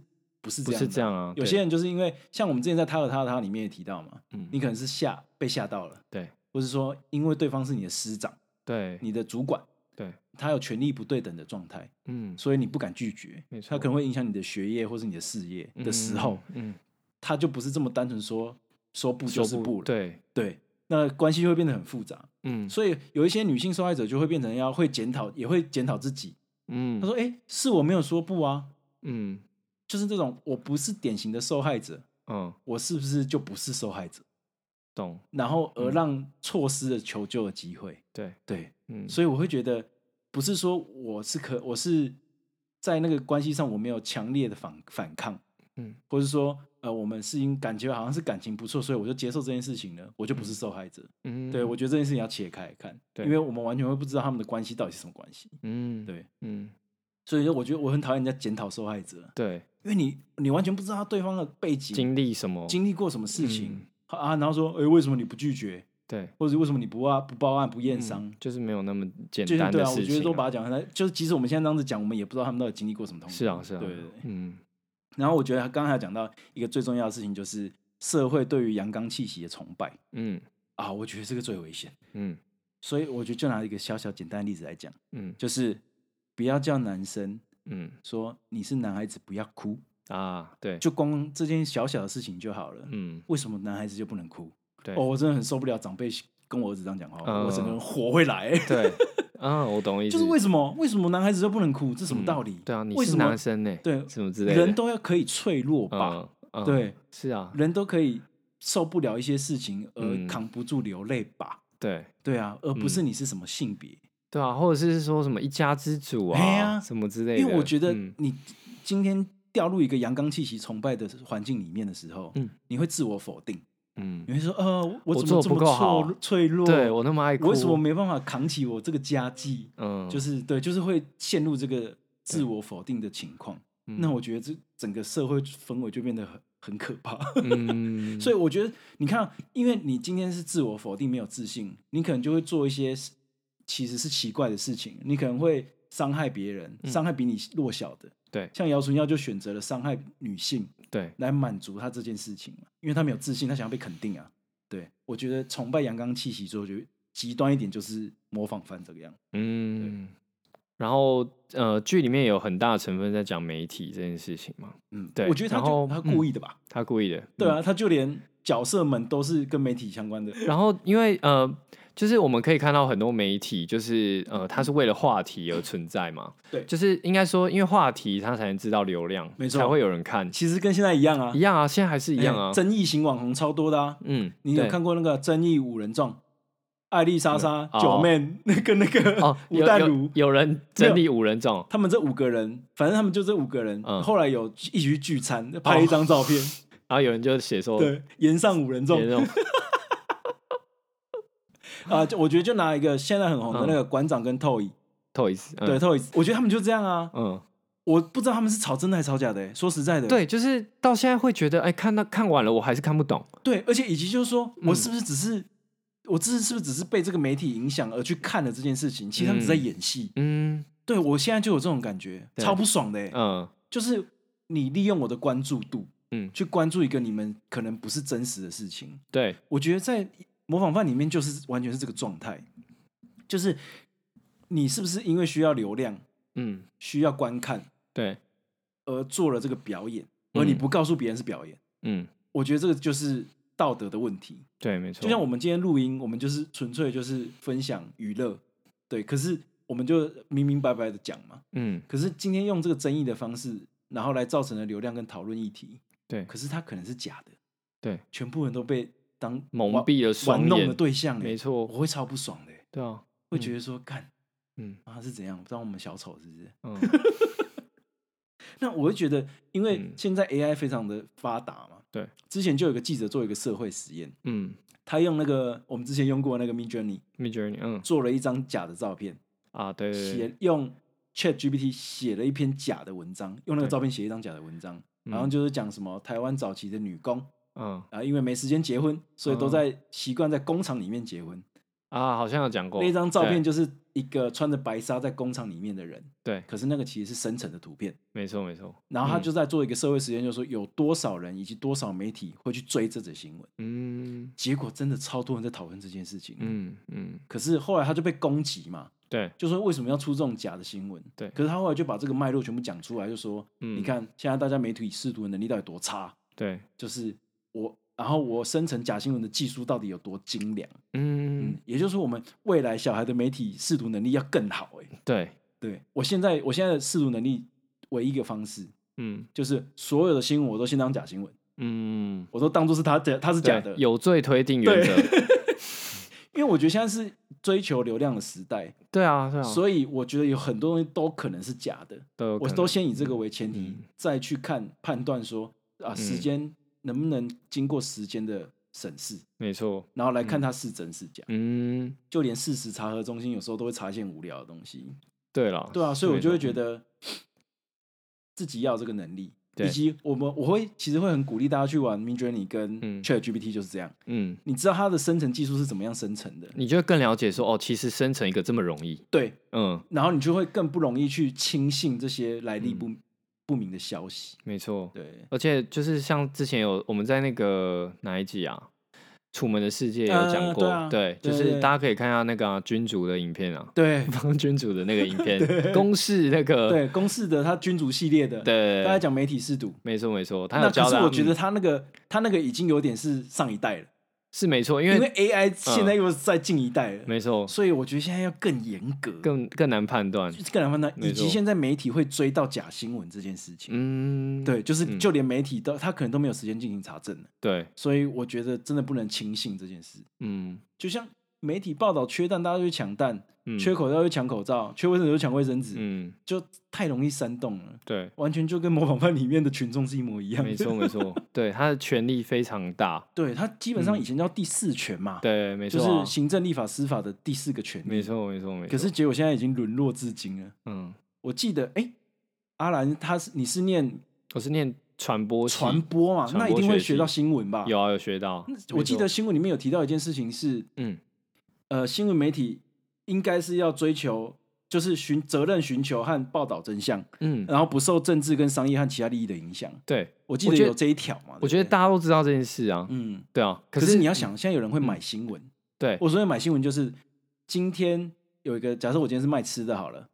Speaker 2: 不是
Speaker 1: 不
Speaker 2: 这样
Speaker 1: 是
Speaker 2: 的
Speaker 1: 这样啊，
Speaker 2: 有
Speaker 1: 对
Speaker 2: 些人就是因为像我们之前在他和他的他里面也提到嘛，
Speaker 1: 嗯
Speaker 2: 你可能是吓被吓到了，
Speaker 1: 对
Speaker 2: 或是说因为对方是你的师长、
Speaker 1: 对
Speaker 2: 你的主管，
Speaker 1: 对，
Speaker 2: 他有权力不对等的状态，
Speaker 1: 嗯
Speaker 2: 所以你不敢拒绝
Speaker 1: 没，
Speaker 2: 他
Speaker 1: 错
Speaker 2: 可能会影响你的学业或是你的事业的时候，，
Speaker 1: 嗯嗯，
Speaker 2: 他就不是这么单纯说说不
Speaker 1: 嗯
Speaker 2: 就是
Speaker 1: 说
Speaker 2: 不了，
Speaker 1: 对，
Speaker 2: 对，那关系会变得很复杂，
Speaker 1: 嗯
Speaker 2: 所以有一些女性受害者就会变成要会检讨，也会检讨自己，
Speaker 1: 嗯，
Speaker 2: 她说：“哎、是我没有说不啊，
Speaker 1: 嗯
Speaker 2: 就是这种我不是典型的受害者，
Speaker 1: 嗯
Speaker 2: 我是不是就不是受害者？”
Speaker 1: 懂，
Speaker 2: 然后而
Speaker 1: 嗯
Speaker 2: 让错失了求救的机会。
Speaker 1: 对，
Speaker 2: 对，
Speaker 1: 嗯，
Speaker 2: 所以我会觉得，不是说我是可，我是在那个关系上我没有强烈的反反抗，
Speaker 1: 嗯，
Speaker 2: 或是说，呃，我们是因感觉好像是感情不错，所以我就接受这件事情了，我就不是受害者。
Speaker 1: 嗯
Speaker 2: 对，我觉得这件事情要切开来看，
Speaker 1: 对
Speaker 2: 因为我们完全会不知道他们的关系到底是什么关系。
Speaker 1: 嗯
Speaker 2: 对，
Speaker 1: 嗯
Speaker 2: 所以说我觉得我很讨厌人家检讨受害者，
Speaker 1: 对，
Speaker 2: 因为你你完全不知道他对方的背景、
Speaker 1: 经历什么？
Speaker 2: 经历过什么事情
Speaker 1: 嗯、
Speaker 2: 啊，然后说，哎，为什么你不拒绝？
Speaker 1: 对，
Speaker 2: 或者为什么你不啊不报案不验
Speaker 1: 嗯
Speaker 2: 伤？
Speaker 1: 就是没有那么简
Speaker 2: 就是
Speaker 1: 单
Speaker 2: 对
Speaker 1: 的
Speaker 2: 啊，我
Speaker 1: 事
Speaker 2: 觉得
Speaker 1: 情
Speaker 2: 都
Speaker 1: 啊。
Speaker 2: 把它讲出来。就是即使我们现在这样子讲，我们也不知道他们到底经历过什么痛苦。
Speaker 1: 是啊，是啊，
Speaker 2: 对对对。
Speaker 1: 嗯
Speaker 2: 然后我觉得刚才讲到一个最重要的事情，就是社会对于阳刚气息的崇拜
Speaker 1: 嗯
Speaker 2: 啊，我觉得这个最危险。
Speaker 1: 嗯
Speaker 2: 所以我觉得就拿一个小小简单的例子来讲，
Speaker 1: 嗯
Speaker 2: 就是不要叫男生
Speaker 1: 嗯
Speaker 2: 说你是男孩子不要哭，
Speaker 1: 啊，对，
Speaker 2: 就光这件小小的事情就好了。
Speaker 1: 嗯
Speaker 2: 为什么男孩子就不能哭？
Speaker 1: 对
Speaker 2: 哦，我真的很受不了长辈跟我儿子这样讲话，
Speaker 1: 嗯
Speaker 2: 我整个人火会来、
Speaker 1: 对，啊，我懂意思，
Speaker 2: 就是为什么为什么男孩子就不能哭？这什么
Speaker 1: 嗯
Speaker 2: 道理？
Speaker 1: 对啊，你
Speaker 2: 为
Speaker 1: 是
Speaker 2: 什么
Speaker 1: 男生呢，
Speaker 2: 对
Speaker 1: 什么之类的，
Speaker 2: 人都要可以脆弱吧？
Speaker 1: 嗯嗯
Speaker 2: 对，
Speaker 1: 是啊，
Speaker 2: 人都可以受不了一些事情而
Speaker 1: 嗯
Speaker 2: 扛不住流泪吧？
Speaker 1: 对
Speaker 2: 对啊，而不是你是什么性别，
Speaker 1: 对啊，或者是说什么一家之主
Speaker 2: 嘿
Speaker 1: 啊，
Speaker 2: 啊
Speaker 1: 什么之类的，
Speaker 2: 因为我觉得
Speaker 1: 嗯
Speaker 2: 你今天掉入一个阳刚气息崇拜的环境里面的时候，
Speaker 1: 嗯
Speaker 2: 你会自我否定，
Speaker 1: 嗯
Speaker 2: 你，会说，呃，我
Speaker 1: 我
Speaker 2: 怎么
Speaker 1: 做
Speaker 2: 这
Speaker 1: 不够好啊
Speaker 2: 么脆脆弱？
Speaker 1: 对我那么爱哭，
Speaker 2: 我为什么没办法扛起我这个家计？
Speaker 1: 嗯，
Speaker 2: 就是对，就是会陷入这个自我否定的情况。
Speaker 1: 嗯
Speaker 2: 那我觉得这整个社会氛围就变得很很可怕。
Speaker 1: 嗯，
Speaker 2: 所以我觉得，你看，因为你今天是自我否定、没有自信，你可能就会做一些是其实是奇怪的事情，你可能会伤害别人，伤害比你弱小的。
Speaker 1: 嗯对
Speaker 2: 像姚纯耀就选择了伤害女性
Speaker 1: 对，
Speaker 2: 来满足他这件事情嘛，因为他没有自信，他想要被肯定啊。对我觉得崇拜阳刚气息之后，就极端一点就是模仿犯这个样子。
Speaker 1: 嗯，然后呃，剧里面有很大的成分在讲媒体这件事情嘛，
Speaker 2: 嗯，
Speaker 1: 对
Speaker 2: 我觉得他
Speaker 1: 然
Speaker 2: 就
Speaker 1: 后
Speaker 2: 他
Speaker 1: 嗯
Speaker 2: 故意的吧？
Speaker 1: 他故意的，
Speaker 2: 对啊，他就连角色们都是跟媒体相关的。
Speaker 1: 嗯然后因为呃，就是我们可以看到很多媒体，就是呃，它是为了话题而存在嘛。
Speaker 2: 对
Speaker 1: 就是应该说，因为话题它才能知道流量，
Speaker 2: 没错
Speaker 1: 才会有人看。
Speaker 2: 其实跟现在一样啊
Speaker 1: 一，样啊，现在还是一样啊
Speaker 2: 哎。争议型网红超多的啊。
Speaker 1: 嗯，
Speaker 2: 你有
Speaker 1: 对
Speaker 2: 看过那个《争议五人众》？艾丽莎莎、
Speaker 1: 哦
Speaker 2: 九妹那个那个
Speaker 1: 哦？
Speaker 2: 吴
Speaker 1: 有
Speaker 2: 淡
Speaker 1: 有
Speaker 2: 如，
Speaker 1: 有人整理五人众，
Speaker 2: 他们这五个人，反正他们就这五个人，
Speaker 1: 嗯哦
Speaker 2: 后来有一起去聚餐，拍一 张照片，
Speaker 1: 然后有人就写说，
Speaker 2: 对，岩上五人众
Speaker 1: 别那种
Speaker 2: 啊，就我觉得就拿一个现在很红的那个馆长跟透椅，
Speaker 1: 透一嗯次，嗯
Speaker 2: 对，透椅，我觉得他们就这样啊，
Speaker 1: 嗯，
Speaker 2: 我不知道他们是吵真的还是吵假的、欸说实在的，
Speaker 1: 对，就是到现在会觉得，哎，看到看完了，我还是看不懂。
Speaker 2: 对，而且以及就是说
Speaker 1: 嗯
Speaker 2: 我是不是只是、我这是不是只是被这个媒体影响而去看了这件事情？其实他们只在
Speaker 1: 嗯
Speaker 2: 演戏。
Speaker 1: 嗯
Speaker 2: 对我现在就有这种感觉，
Speaker 1: 对
Speaker 2: 超不爽的、欸
Speaker 1: 嗯
Speaker 2: 就是你利用我的关注度，
Speaker 1: 嗯
Speaker 2: 去关注一个你们可能不是真实的事情。
Speaker 1: 对，
Speaker 2: 我觉得在模仿犯里面就是完全是这个状态，就是你是不是因为需要流量、
Speaker 1: 嗯，
Speaker 2: 需要观看
Speaker 1: 对，
Speaker 2: 而做了这个表演，而你
Speaker 1: 嗯
Speaker 2: 不告诉别人是表演？
Speaker 1: 嗯，
Speaker 2: 我觉得这个就是道德的问题。
Speaker 1: 对，没错，
Speaker 2: 就像我们今天录音，我们就是纯粹就是分享娱乐，对，可是我们就明明白白的讲嘛。
Speaker 1: 嗯，
Speaker 2: 可是今天用这个争议的方式，然后来造成了流量跟讨论议题，
Speaker 1: 对
Speaker 2: 可是它可能是假的，
Speaker 1: 对，
Speaker 2: 全部人都被当
Speaker 1: 蒙
Speaker 2: 玩
Speaker 1: 蔽了双
Speaker 2: 玩弄
Speaker 1: 眼
Speaker 2: 的对象欸，
Speaker 1: 没错
Speaker 2: 我会超不爽的欸，
Speaker 1: 对啊，
Speaker 2: 会
Speaker 1: 嗯
Speaker 2: 觉得说，干
Speaker 1: 嗯
Speaker 2: 啊是怎样当我们小丑是不是？
Speaker 1: 嗯，
Speaker 2: 那我会觉得，因为
Speaker 1: 嗯
Speaker 2: 现在 AI 非常的发达嘛，
Speaker 1: 对，
Speaker 2: 之前就有个记者做一个社会实验，
Speaker 1: 嗯
Speaker 2: 他用那个我们之前用过那个 Midjourney
Speaker 1: ，Mid Journey，嗯
Speaker 2: 做了一张假的照片，
Speaker 1: 啊，对对对，
Speaker 2: 写用 Chat GPT 写了一篇假的文章，用那个
Speaker 1: 对
Speaker 2: 照片写一张假的文章，
Speaker 1: 嗯
Speaker 2: 然后就是讲什么台湾早期的女工
Speaker 1: 嗯
Speaker 2: 啊，因为没时间结婚，所以都
Speaker 1: 嗯
Speaker 2: 在习惯在工厂里面结婚。
Speaker 1: 啊，好像有讲过
Speaker 2: 那张照片
Speaker 1: 就
Speaker 2: 就是一个穿着白纱在工厂里面的人，
Speaker 1: 对，
Speaker 2: 可是那个其实是生成的图片。
Speaker 1: 没错没错，
Speaker 2: 然后他
Speaker 1: 嗯
Speaker 2: 就在做一个社会实验，就是说有多少人以及多少媒体会去追这则新闻。
Speaker 1: 嗯
Speaker 2: 结果真的超多人在讨论这件事情，
Speaker 1: 嗯嗯，
Speaker 2: 可是后来他就被攻击嘛，
Speaker 1: 对，
Speaker 2: 就说为什么要出这种假的新闻？
Speaker 1: 对
Speaker 2: 可是他后来就把这个脉络全部讲出来，就说、
Speaker 1: 嗯
Speaker 2: 你看现在大家媒体试图的能力到底多差，
Speaker 1: 对，
Speaker 2: 就是我，然后我生成假新闻的技术到底有多精良，
Speaker 1: 嗯，
Speaker 2: 也就是说我们未来小孩的媒体试读能力要更好、欸。
Speaker 1: 对，
Speaker 2: 对我现在我现在的试读能力唯一一个方式
Speaker 1: 嗯
Speaker 2: 就是所有的新闻我都先当假新闻，
Speaker 1: 嗯，
Speaker 2: 我都当做是他的他是假
Speaker 1: 对
Speaker 2: 的，
Speaker 1: 有罪推定原 则，
Speaker 2: 因为我觉得现在是追求流量的时代，
Speaker 1: 对啊对啊，
Speaker 2: 所以我觉得有很多东西都可能是假的。
Speaker 1: 都有
Speaker 2: 我
Speaker 1: 可
Speaker 2: 都
Speaker 1: 能
Speaker 2: 先以这个为前提，
Speaker 1: 嗯
Speaker 2: 再去看判断说啊，时
Speaker 1: 嗯
Speaker 2: 间能不能经过时间的审视，
Speaker 1: 没错，
Speaker 2: 然后来看它是真是假。
Speaker 1: 嗯，
Speaker 2: 就连事实查核中心有时候都会查一些无聊的东西，
Speaker 1: 对了，
Speaker 2: 对啊，所以我
Speaker 1: 没
Speaker 2: 就会
Speaker 1: 错
Speaker 2: 觉得 自己要有这个能力，
Speaker 1: 对
Speaker 2: 以及我们我会其实会很鼓励大家去玩 m i d j o u r n e y 跟
Speaker 1: 嗯
Speaker 2: Chat GPT 就是这样，
Speaker 1: 嗯，
Speaker 2: 你知道它的生成技术是怎么样生成的，
Speaker 1: 你就会更了解说哦，其实生成一个这么容易，
Speaker 2: 对，
Speaker 1: 嗯，
Speaker 2: 然后你就会更不容易去轻信这些来历
Speaker 1: 嗯
Speaker 2: 不、不明的消息，
Speaker 1: 没错，
Speaker 2: 对，
Speaker 1: 而且就是像之前有我们在那个哪一集啊，《楚门的世界》有
Speaker 2: 呃
Speaker 1: 讲过，
Speaker 2: 对啊
Speaker 1: 对，就
Speaker 2: 对对
Speaker 1: 是
Speaker 2: 对
Speaker 1: 大家可以看一下那个、啊、君主的影片啊，
Speaker 2: 对，
Speaker 1: 帮君主的那个影 片，公示那个，
Speaker 2: 对，公式的他君主系列的，
Speaker 1: 对
Speaker 2: 他在讲媒体试读。
Speaker 1: 没错没错，他
Speaker 2: 那
Speaker 1: 有
Speaker 2: 可
Speaker 1: 教
Speaker 2: 是
Speaker 1: 的，
Speaker 2: 我觉得
Speaker 1: 嗯
Speaker 2: 他那个他那个已经有点是上一代了，
Speaker 1: 是没错，因为
Speaker 2: 因
Speaker 1: 嗯
Speaker 2: 为 AI 现在又在近一代了，
Speaker 1: 没错，
Speaker 2: 所以我觉得现在要更严格，
Speaker 1: 更更难判断，
Speaker 2: 就是更难判断，
Speaker 1: 没
Speaker 2: 以及
Speaker 1: 错
Speaker 2: 现在媒体会追到假新闻这件事情。
Speaker 1: 嗯，
Speaker 2: 对，就是就连媒体都他可能都没有时间进行查证了，
Speaker 1: 对，
Speaker 2: 所以我觉得真的不能轻信这件事。
Speaker 1: 嗯
Speaker 2: 就像媒体报道缺蛋，大家就去抢蛋；
Speaker 1: 嗯，
Speaker 2: 缺口罩就抢口罩，缺卫生纸就抢卫生纸，
Speaker 1: 嗯
Speaker 2: 就太容易煽动了。
Speaker 1: 对，
Speaker 2: 完全就跟模仿犯里面的群众是一模一样。
Speaker 1: 没错，没错，对，他的权力非常大，
Speaker 2: 对他基本上以前叫第四权嘛，
Speaker 1: 嗯对，没
Speaker 2: 就
Speaker 1: 错啊、
Speaker 2: 是行政、立法、司法的第四个权
Speaker 1: 没
Speaker 2: 利。
Speaker 1: 错没错没错。
Speaker 2: 可是结果现在已经沦落至今了。
Speaker 1: 嗯，
Speaker 2: 我记得，哎、阿兰他是你是念
Speaker 1: 我是念传播系，
Speaker 2: 传播嘛，
Speaker 1: 传播
Speaker 2: 那一定会
Speaker 1: 学系
Speaker 2: 学到新闻吧？
Speaker 1: 有啊有学到
Speaker 2: 那，
Speaker 1: 没
Speaker 2: 我记
Speaker 1: 错
Speaker 2: 得，新闻里面有提到一件事情是，
Speaker 1: 嗯，
Speaker 2: 呃，新闻媒体应该是要追求。就是寻责任寻求和报道真相，
Speaker 1: 嗯，
Speaker 2: 然后不受政治跟商业和其他利益的影响。
Speaker 1: 对，
Speaker 2: 我记得
Speaker 1: 我觉得
Speaker 2: 有这一条嘛。
Speaker 1: 我觉得
Speaker 2: 大，
Speaker 1: 大家都知道这件事啊，
Speaker 2: 嗯，
Speaker 1: 对啊，
Speaker 2: 可
Speaker 1: 是
Speaker 2: 是你要想，现在有人会买新闻，
Speaker 1: 对，
Speaker 2: 我所谓买新闻就是今天有一个，假设我今天是卖吃的好了，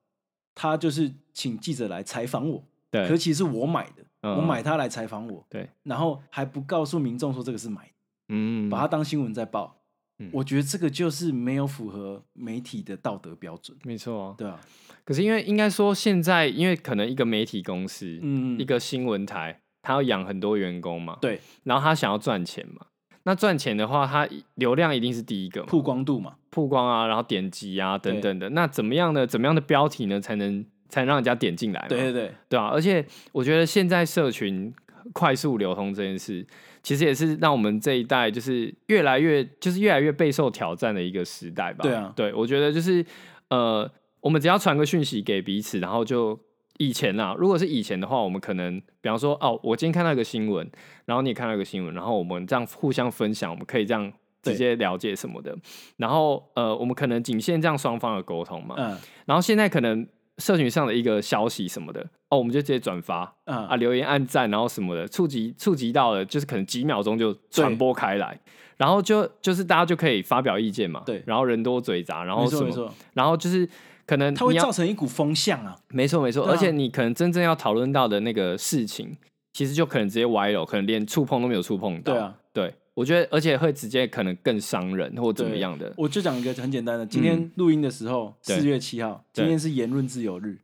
Speaker 2: 他就是请记者来采访我，
Speaker 1: 对
Speaker 2: 可是，其实是我买的，
Speaker 1: 嗯
Speaker 2: 我买它来采访我，
Speaker 1: 对，
Speaker 2: 然后还不告诉民众说这个是买的，
Speaker 1: 嗯，
Speaker 2: 把它当新闻在报。
Speaker 1: 嗯
Speaker 2: 我觉得这个就是没有符合媒体的道德标准，
Speaker 1: 没错啊。
Speaker 2: 对啊，
Speaker 1: 可是因为应该说现在，因为可能一个媒体公司，
Speaker 2: 嗯，
Speaker 1: 一个新闻台，他要养很多员工嘛，
Speaker 2: 对
Speaker 1: 然后他想要赚钱嘛。那赚钱的话，它流量一定是第一个嘛，
Speaker 2: 曝光度嘛，
Speaker 1: 曝光啊，然后点击啊等等的。那怎么样呢？怎么样的标题呢，才能才能让人家点进来嘛？
Speaker 2: 对对对，
Speaker 1: 对啊，而且我觉得现在社群快速流通这件事，其实也是让我们这一代就是越来越就是越来越备受挑战的一个时代吧。
Speaker 2: 对啊
Speaker 1: 对我觉得就是呃，我们只要传个讯息给彼此，然后就。以前啊，如果是以前的话，我们可能，比方说，哦，我今天看到一个新闻，然后你也看到一个新闻，然后我们这样互相分享，我们可以这样直
Speaker 2: 对
Speaker 1: 接了解什么的。然后，呃，我们可能仅限这样双方的沟通嘛。
Speaker 2: 嗯
Speaker 1: 然后现在可能社群上的一个消息什么的，哦，我们就直接转发啊，
Speaker 2: 嗯，
Speaker 1: 留言、按赞，然后什么的，触及触及到了，就是可能几秒钟就传播开来，然后就就是大家就可以发表意见嘛，
Speaker 2: 对
Speaker 1: 然后人多嘴杂，然
Speaker 2: 没
Speaker 1: 后什
Speaker 2: 错没
Speaker 1: 么，
Speaker 2: 错，
Speaker 1: 然后就是可能
Speaker 2: 它会
Speaker 1: 你要
Speaker 2: 造成一股风向啊，
Speaker 1: 没错没错，
Speaker 2: 对啊
Speaker 1: 而且你可能真正要讨论到的那个事情，其实就可能直接歪了，可能连触碰都没有触碰到，
Speaker 2: 对，啊，
Speaker 1: 对我觉得而且会直接可能更伤人或怎么样的，
Speaker 2: 我就讲一个很简单的，今天录音的时候，
Speaker 1: 嗯对
Speaker 2: 四月七号，
Speaker 1: 对
Speaker 2: 今天是言论自由日，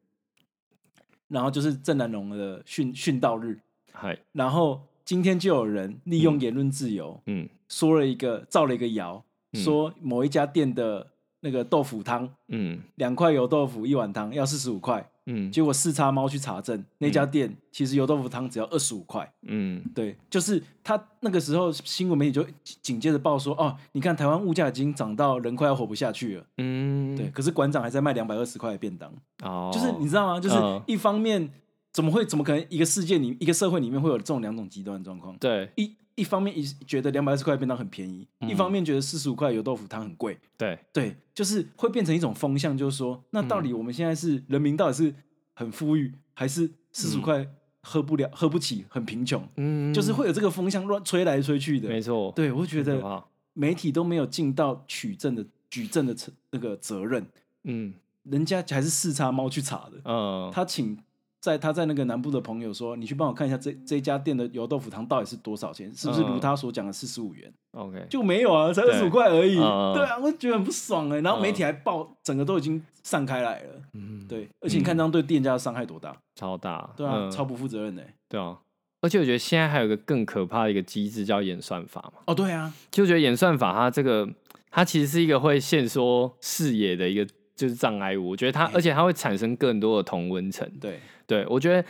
Speaker 2: 然后就是郑南榕的殉殉道日，
Speaker 1: 嗨，
Speaker 2: 然后今天就有人利用言论自由、
Speaker 1: 嗯
Speaker 2: 说了一个造了一个谣，
Speaker 1: 嗯
Speaker 2: 说某一家店的那个豆腐汤
Speaker 1: 嗯
Speaker 2: 两块油豆腐一碗汤要四十五块，
Speaker 1: 嗯
Speaker 2: 结果四叉猫去查证那家店其实油豆腐汤只要二十五块。
Speaker 1: 嗯
Speaker 2: 对，就是他那个时候新闻媒体就紧接着报说，哦，你看台湾物价已经涨到人快要活不下去了，
Speaker 1: 嗯，
Speaker 2: 对，，可是馆长还在卖两百二十块的便当，
Speaker 1: 哦，
Speaker 2: 就是你知道吗？就是
Speaker 1: 嗯
Speaker 2: 一方面怎么会怎么可能一个世界里一个社会里面会有这种两种极端的状况？
Speaker 1: 对
Speaker 2: 一一方面一觉得两百二十块的便当很便宜，
Speaker 1: 嗯
Speaker 2: 一方面觉得四十五块的油豆腐汤很贵，
Speaker 1: 对，
Speaker 2: 对，就是会变成一种风向，就是说，那
Speaker 1: 嗯
Speaker 2: 到底我们现在是、人民到底是很富裕，还是四
Speaker 1: 嗯
Speaker 2: 十五块喝不了、喝不起，很贫穷？
Speaker 1: 嗯，
Speaker 2: 就是会有这个风向乱吹来吹去的。
Speaker 1: 没错，
Speaker 2: 对，我觉
Speaker 1: 很可
Speaker 2: 得
Speaker 1: 怕，
Speaker 2: 媒体都没有尽到取证的举证的责那个责任，
Speaker 1: 嗯
Speaker 2: 人家还是视察猫去查的。
Speaker 1: 嗯，
Speaker 2: 他请在他在那个南部的朋友说，你去帮我看一下这这家店的油豆腐汤到底是多少钱，是不是如
Speaker 1: 嗯
Speaker 2: 他所讲的四十五元？
Speaker 1: OK，
Speaker 2: 就没有啊，才二
Speaker 1: 对
Speaker 2: 十五块而已。
Speaker 1: 嗯
Speaker 2: 对啊，我觉得很不爽哎、然后媒
Speaker 1: 嗯
Speaker 2: 体还报，整个都已经散开来了。
Speaker 1: 嗯，
Speaker 2: 对，而且你看这样对店家的伤害多大？
Speaker 1: 超大，
Speaker 2: 对啊，
Speaker 1: 嗯
Speaker 2: 超不负责任的、欸。
Speaker 1: 对啊。而且我觉得现在还有一个更可怕的一个机制叫演算法嘛，
Speaker 2: 哦，对啊，
Speaker 1: 就觉得演算法它这个它其实是一个会限缩视野的一个就是障碍物，我觉得它
Speaker 2: 哎
Speaker 1: 而且它会产生更多的同温层。
Speaker 2: 对，
Speaker 1: 对我觉得，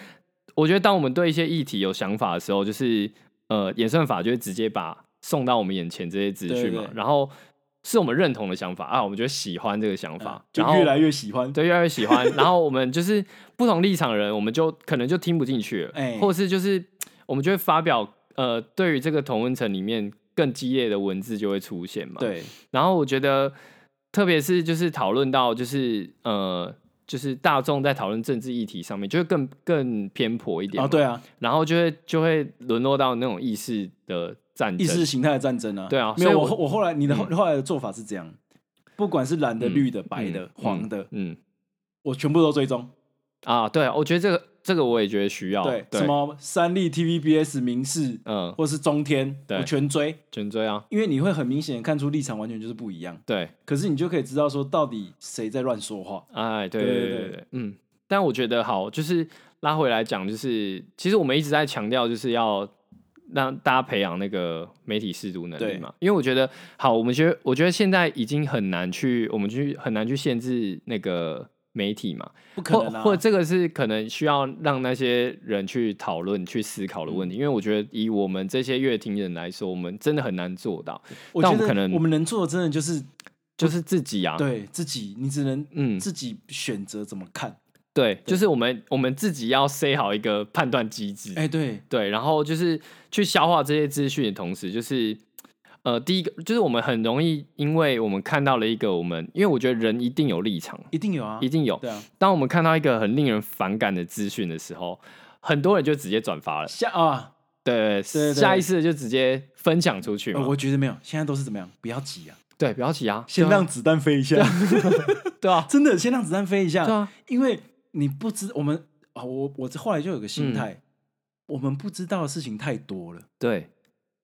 Speaker 1: 我觉得当我们对一些议题有想法的时候，就是呃演算法就会直接把送到我们眼前这些资讯嘛
Speaker 2: 对，对
Speaker 1: 然后是我们认同的想法啊，我们就会喜欢这个想法
Speaker 2: 啊，就
Speaker 1: 然后
Speaker 2: 越来越喜欢。
Speaker 1: 对，越来越喜欢。然后我们就是不同立场的人，我们就可能就听不进去了，
Speaker 2: 哎
Speaker 1: 或是就是我们就会发表呃，对于这个同温层里面更激烈的文字就会出现嘛。。
Speaker 2: 对，
Speaker 1: 然后我觉得，特别是就是讨论到就是呃，就是大众在讨论政治议题上面，就会更更偏颇一点
Speaker 2: 哦，
Speaker 1: 嘛。
Speaker 2: 对啊，
Speaker 1: 然后就会就会沦落到那种意识的战
Speaker 2: 意
Speaker 1: 争。
Speaker 2: 识形态的战争啊。
Speaker 1: 对啊
Speaker 2: 没
Speaker 1: 所
Speaker 2: 有
Speaker 1: 以
Speaker 2: 我
Speaker 1: 我
Speaker 2: 后我后来你的后后来的做法是这样，不管是蓝的、
Speaker 1: 嗯
Speaker 2: 绿的、白的
Speaker 1: 嗯、
Speaker 2: 黄的，
Speaker 1: 嗯
Speaker 2: 我全部都追踪。
Speaker 1: 啊，对，我觉得这个这个我也觉得需要。
Speaker 2: 对，什么三立、TVBS、明视，
Speaker 1: 哦嗯，
Speaker 2: 或是中天，
Speaker 1: 对
Speaker 2: 我全追，
Speaker 1: 卷追啊，
Speaker 2: 因为你会很明显地看出立场完全就是不一样。
Speaker 1: 对。
Speaker 2: 可是你就可以知道说到底谁在乱说话。
Speaker 1: 哎，对
Speaker 2: 对
Speaker 1: 对
Speaker 2: 对
Speaker 1: 对
Speaker 2: 对
Speaker 1: 对，嗯，但我觉得好，就是拉回来讲，就是其实我们一直在强调，就是要让大家培养那个媒体适度能力
Speaker 2: 对
Speaker 1: 嘛，因为我觉得好，我们觉得我觉得现在已经很难去，我们去很难去限制那个媒体嘛，
Speaker 2: 不可能啊
Speaker 1: 或或这个是可能需要让那些人去讨论、去思考的问
Speaker 2: 嗯
Speaker 1: 题，因为我觉得以我们这些乐听人来说，我们真的很难做到，
Speaker 2: 我
Speaker 1: 但
Speaker 2: 觉
Speaker 1: 我们
Speaker 2: 得
Speaker 1: 可能
Speaker 2: 我们能做的真的就是
Speaker 1: 就是自己啊，
Speaker 2: 对自己，你只能
Speaker 1: 嗯，
Speaker 2: 自己选择怎么看。
Speaker 1: 对，就是我们我们自己要塞好一个判断机制，
Speaker 2: 哎，对，
Speaker 1: 对，然后就是去消化这些资讯的同时，就是呃，第一个就是我们很容易，因为我们看到了一个我们，因为我觉得人一定有立场，
Speaker 2: 一定有啊
Speaker 1: 一，定有。
Speaker 2: 对啊，
Speaker 1: 当我们看到一个很令人反感的资讯的时候，很多人就直接转发了，
Speaker 2: 下啊，
Speaker 1: 对对
Speaker 2: 对对
Speaker 1: 下意识地就直接分享出去嘛。
Speaker 2: 呃我觉得没有，现在都是怎么样？不要急
Speaker 1: 啊
Speaker 2: 啊，
Speaker 1: 对，不要急啊，
Speaker 2: 先
Speaker 1: 对啊
Speaker 2: 让子弹飞一下，
Speaker 1: 对啊，
Speaker 2: 真的先让子弹飞一下。
Speaker 1: 对啊，
Speaker 2: 因为你不知我们啊，我我后来就有个心态，
Speaker 1: 嗯
Speaker 2: 我们不知道的事情太多了，
Speaker 1: 对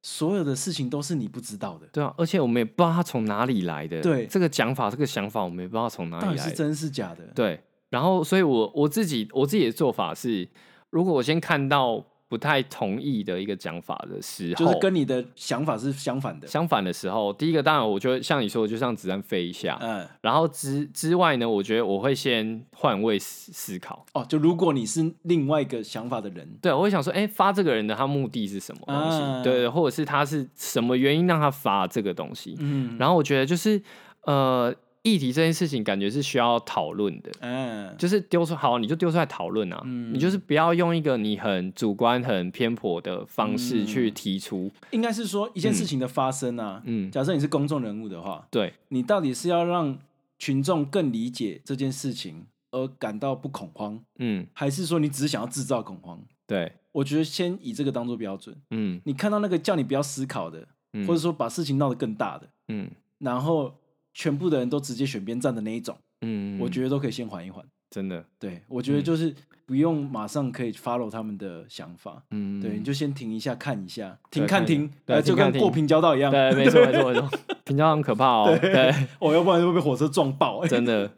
Speaker 2: 所有的事情都是你不知道的，
Speaker 1: 对啊，而且我们也不知道他从哪里来的，
Speaker 2: 对
Speaker 1: 这个讲法，这个想法，我们也不知道从哪
Speaker 2: 到
Speaker 1: 里
Speaker 2: 底
Speaker 1: 来
Speaker 2: 是
Speaker 1: 的。
Speaker 2: 真是假的？
Speaker 1: 哎对，然后所以我，我自己我自己的做法是，如果我先看到不太同意的一个讲法的时候，
Speaker 2: 就是跟你的想法是相反的。
Speaker 1: 相反的时候，第一个当然我就会像你说的，就像子弹飞一下。
Speaker 2: 嗯，
Speaker 1: 然后之之外呢，我觉得我会先换位思思考，
Speaker 2: 哦，就如果你是另外一个想法的人，
Speaker 1: 对我会想说，哎，发这个人的他目的是什么东西？
Speaker 2: 啊
Speaker 1: 对对，或者是他是什么原因让他发这个东西？
Speaker 2: 嗯，
Speaker 1: 然后我觉得就是呃，议题这件事情感觉是需要讨论的，
Speaker 2: 嗯，
Speaker 1: 就是丢出好，你就丢出来讨论啊，
Speaker 2: 嗯
Speaker 1: 你就是不要用一个你很主观、很偏颇的方
Speaker 2: 嗯
Speaker 1: 式去提出，
Speaker 2: 应该是说一件事情的发生啊，
Speaker 1: 嗯，
Speaker 2: 假设你是公众人物的话，
Speaker 1: 对，
Speaker 2: 你到底是要让群众更理解这件事情而感到不恐慌，
Speaker 1: 嗯，
Speaker 2: 还是说你只是想要制造恐慌？
Speaker 1: 对，
Speaker 2: 我觉得先以这个当做标准，
Speaker 1: 嗯，
Speaker 2: 你看到那个叫你不要思考的，
Speaker 1: 嗯
Speaker 2: 或者说把事情闹得更大的，
Speaker 1: 嗯
Speaker 2: 然后全部的人都直接选边站的那一种，
Speaker 1: 嗯，
Speaker 2: 我觉
Speaker 1: 得
Speaker 2: 得都可以先缓一缓。
Speaker 1: 真的，
Speaker 2: 对，我觉得
Speaker 1: 嗯
Speaker 2: 就是不用马上可以 follow 他们的想法，
Speaker 1: 嗯，
Speaker 2: 对，你就先停一下看一下，
Speaker 1: 对
Speaker 2: 停看
Speaker 1: 看一
Speaker 2: 停
Speaker 1: 下，对
Speaker 2: 呃，
Speaker 1: 停
Speaker 2: 就
Speaker 1: 看
Speaker 2: 跟
Speaker 1: 停
Speaker 2: 过平交道一样，
Speaker 1: 对，没错没错没错，平常很可怕哦，对，
Speaker 2: 哦，要不然就会被火车撞爆。欸
Speaker 1: 真 的。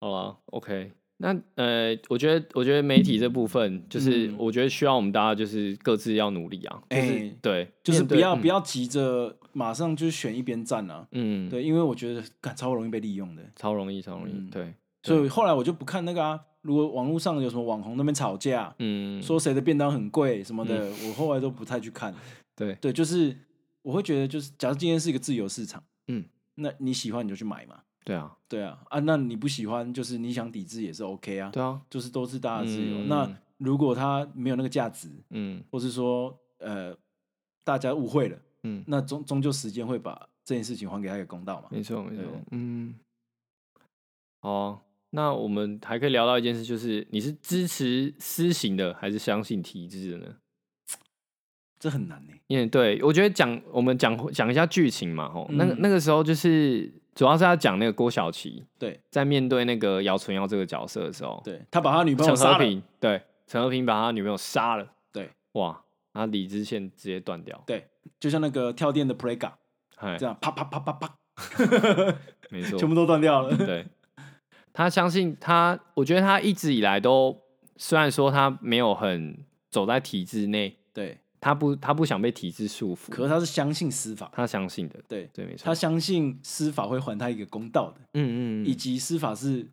Speaker 1: 好了，OK，那呃，我觉得我觉得媒体这部分，就是、
Speaker 2: 嗯
Speaker 1: 我觉得需要我们大家就是各自要努力啊，就是、
Speaker 2: 哎
Speaker 1: 对，
Speaker 2: 就是
Speaker 1: 面
Speaker 2: 不
Speaker 1: 对嗯
Speaker 2: 要不，要急着马上就选一边站啊，
Speaker 1: 嗯，嗯，
Speaker 2: 对，因为我觉得干超容易被利用的，
Speaker 1: 超容易超容易，
Speaker 2: 嗯
Speaker 1: 对，
Speaker 2: 所以后来我就不看那个啊。如果网络上有什么网红那边吵架，
Speaker 1: 嗯，
Speaker 2: 说谁的便当很贵什么的，我后来都不太去看。
Speaker 1: 对，
Speaker 2: 对，就是我会觉得，就是假如今天是一个自由市场，
Speaker 1: 嗯，
Speaker 2: 那你喜欢你就去买嘛，
Speaker 1: 对啊，
Speaker 2: 对啊，啊，那你不喜欢，就是你想抵制也是 OK 啊，
Speaker 1: 对啊，
Speaker 2: 就是都是大家的自由。
Speaker 1: 嗯
Speaker 2: 那如果它没有那个价值，
Speaker 1: 嗯
Speaker 2: 或是说呃大家误会了，
Speaker 1: 嗯，
Speaker 2: 那终终究时间会把这件事情还给他一个公道嘛。
Speaker 1: 没错没错
Speaker 2: 对，
Speaker 1: 嗯，好啊、那我们还可以聊到一件事，就是你是支持私刑的，还是相信体制的呢？
Speaker 2: 这很难呢、
Speaker 1: 因为对我觉得讲我们讲讲一下剧情嘛，吼，那个
Speaker 2: 嗯
Speaker 1: 那个时候就是主要是要讲那个郭晓琪
Speaker 2: 对
Speaker 1: 在面对那个姚纯耀这个角色的时候，
Speaker 2: 对，他把他女朋友
Speaker 1: 陈和
Speaker 2: 杀了，
Speaker 1: 平对陈和平把他女朋友杀了，
Speaker 2: 对，
Speaker 1: 哇，然后理智线直接断掉，
Speaker 2: 对，就像那个跳电的 Prega
Speaker 1: 哎
Speaker 2: 这，样啪啪啪啪啪，
Speaker 1: 没错，
Speaker 2: 全部都断掉了。
Speaker 1: 对，他相信他，我觉得他一直以来都虽然说他没有很走在体制内，
Speaker 2: 对，
Speaker 1: 他不他不想被体制束缚，
Speaker 2: 可是他是相信司法，
Speaker 1: 他相信的，
Speaker 2: 对
Speaker 1: 对，没错，
Speaker 2: 他相信司法会还他一个公道的，
Speaker 1: 嗯嗯
Speaker 2: 以
Speaker 1: 嗯，
Speaker 2: 及司法是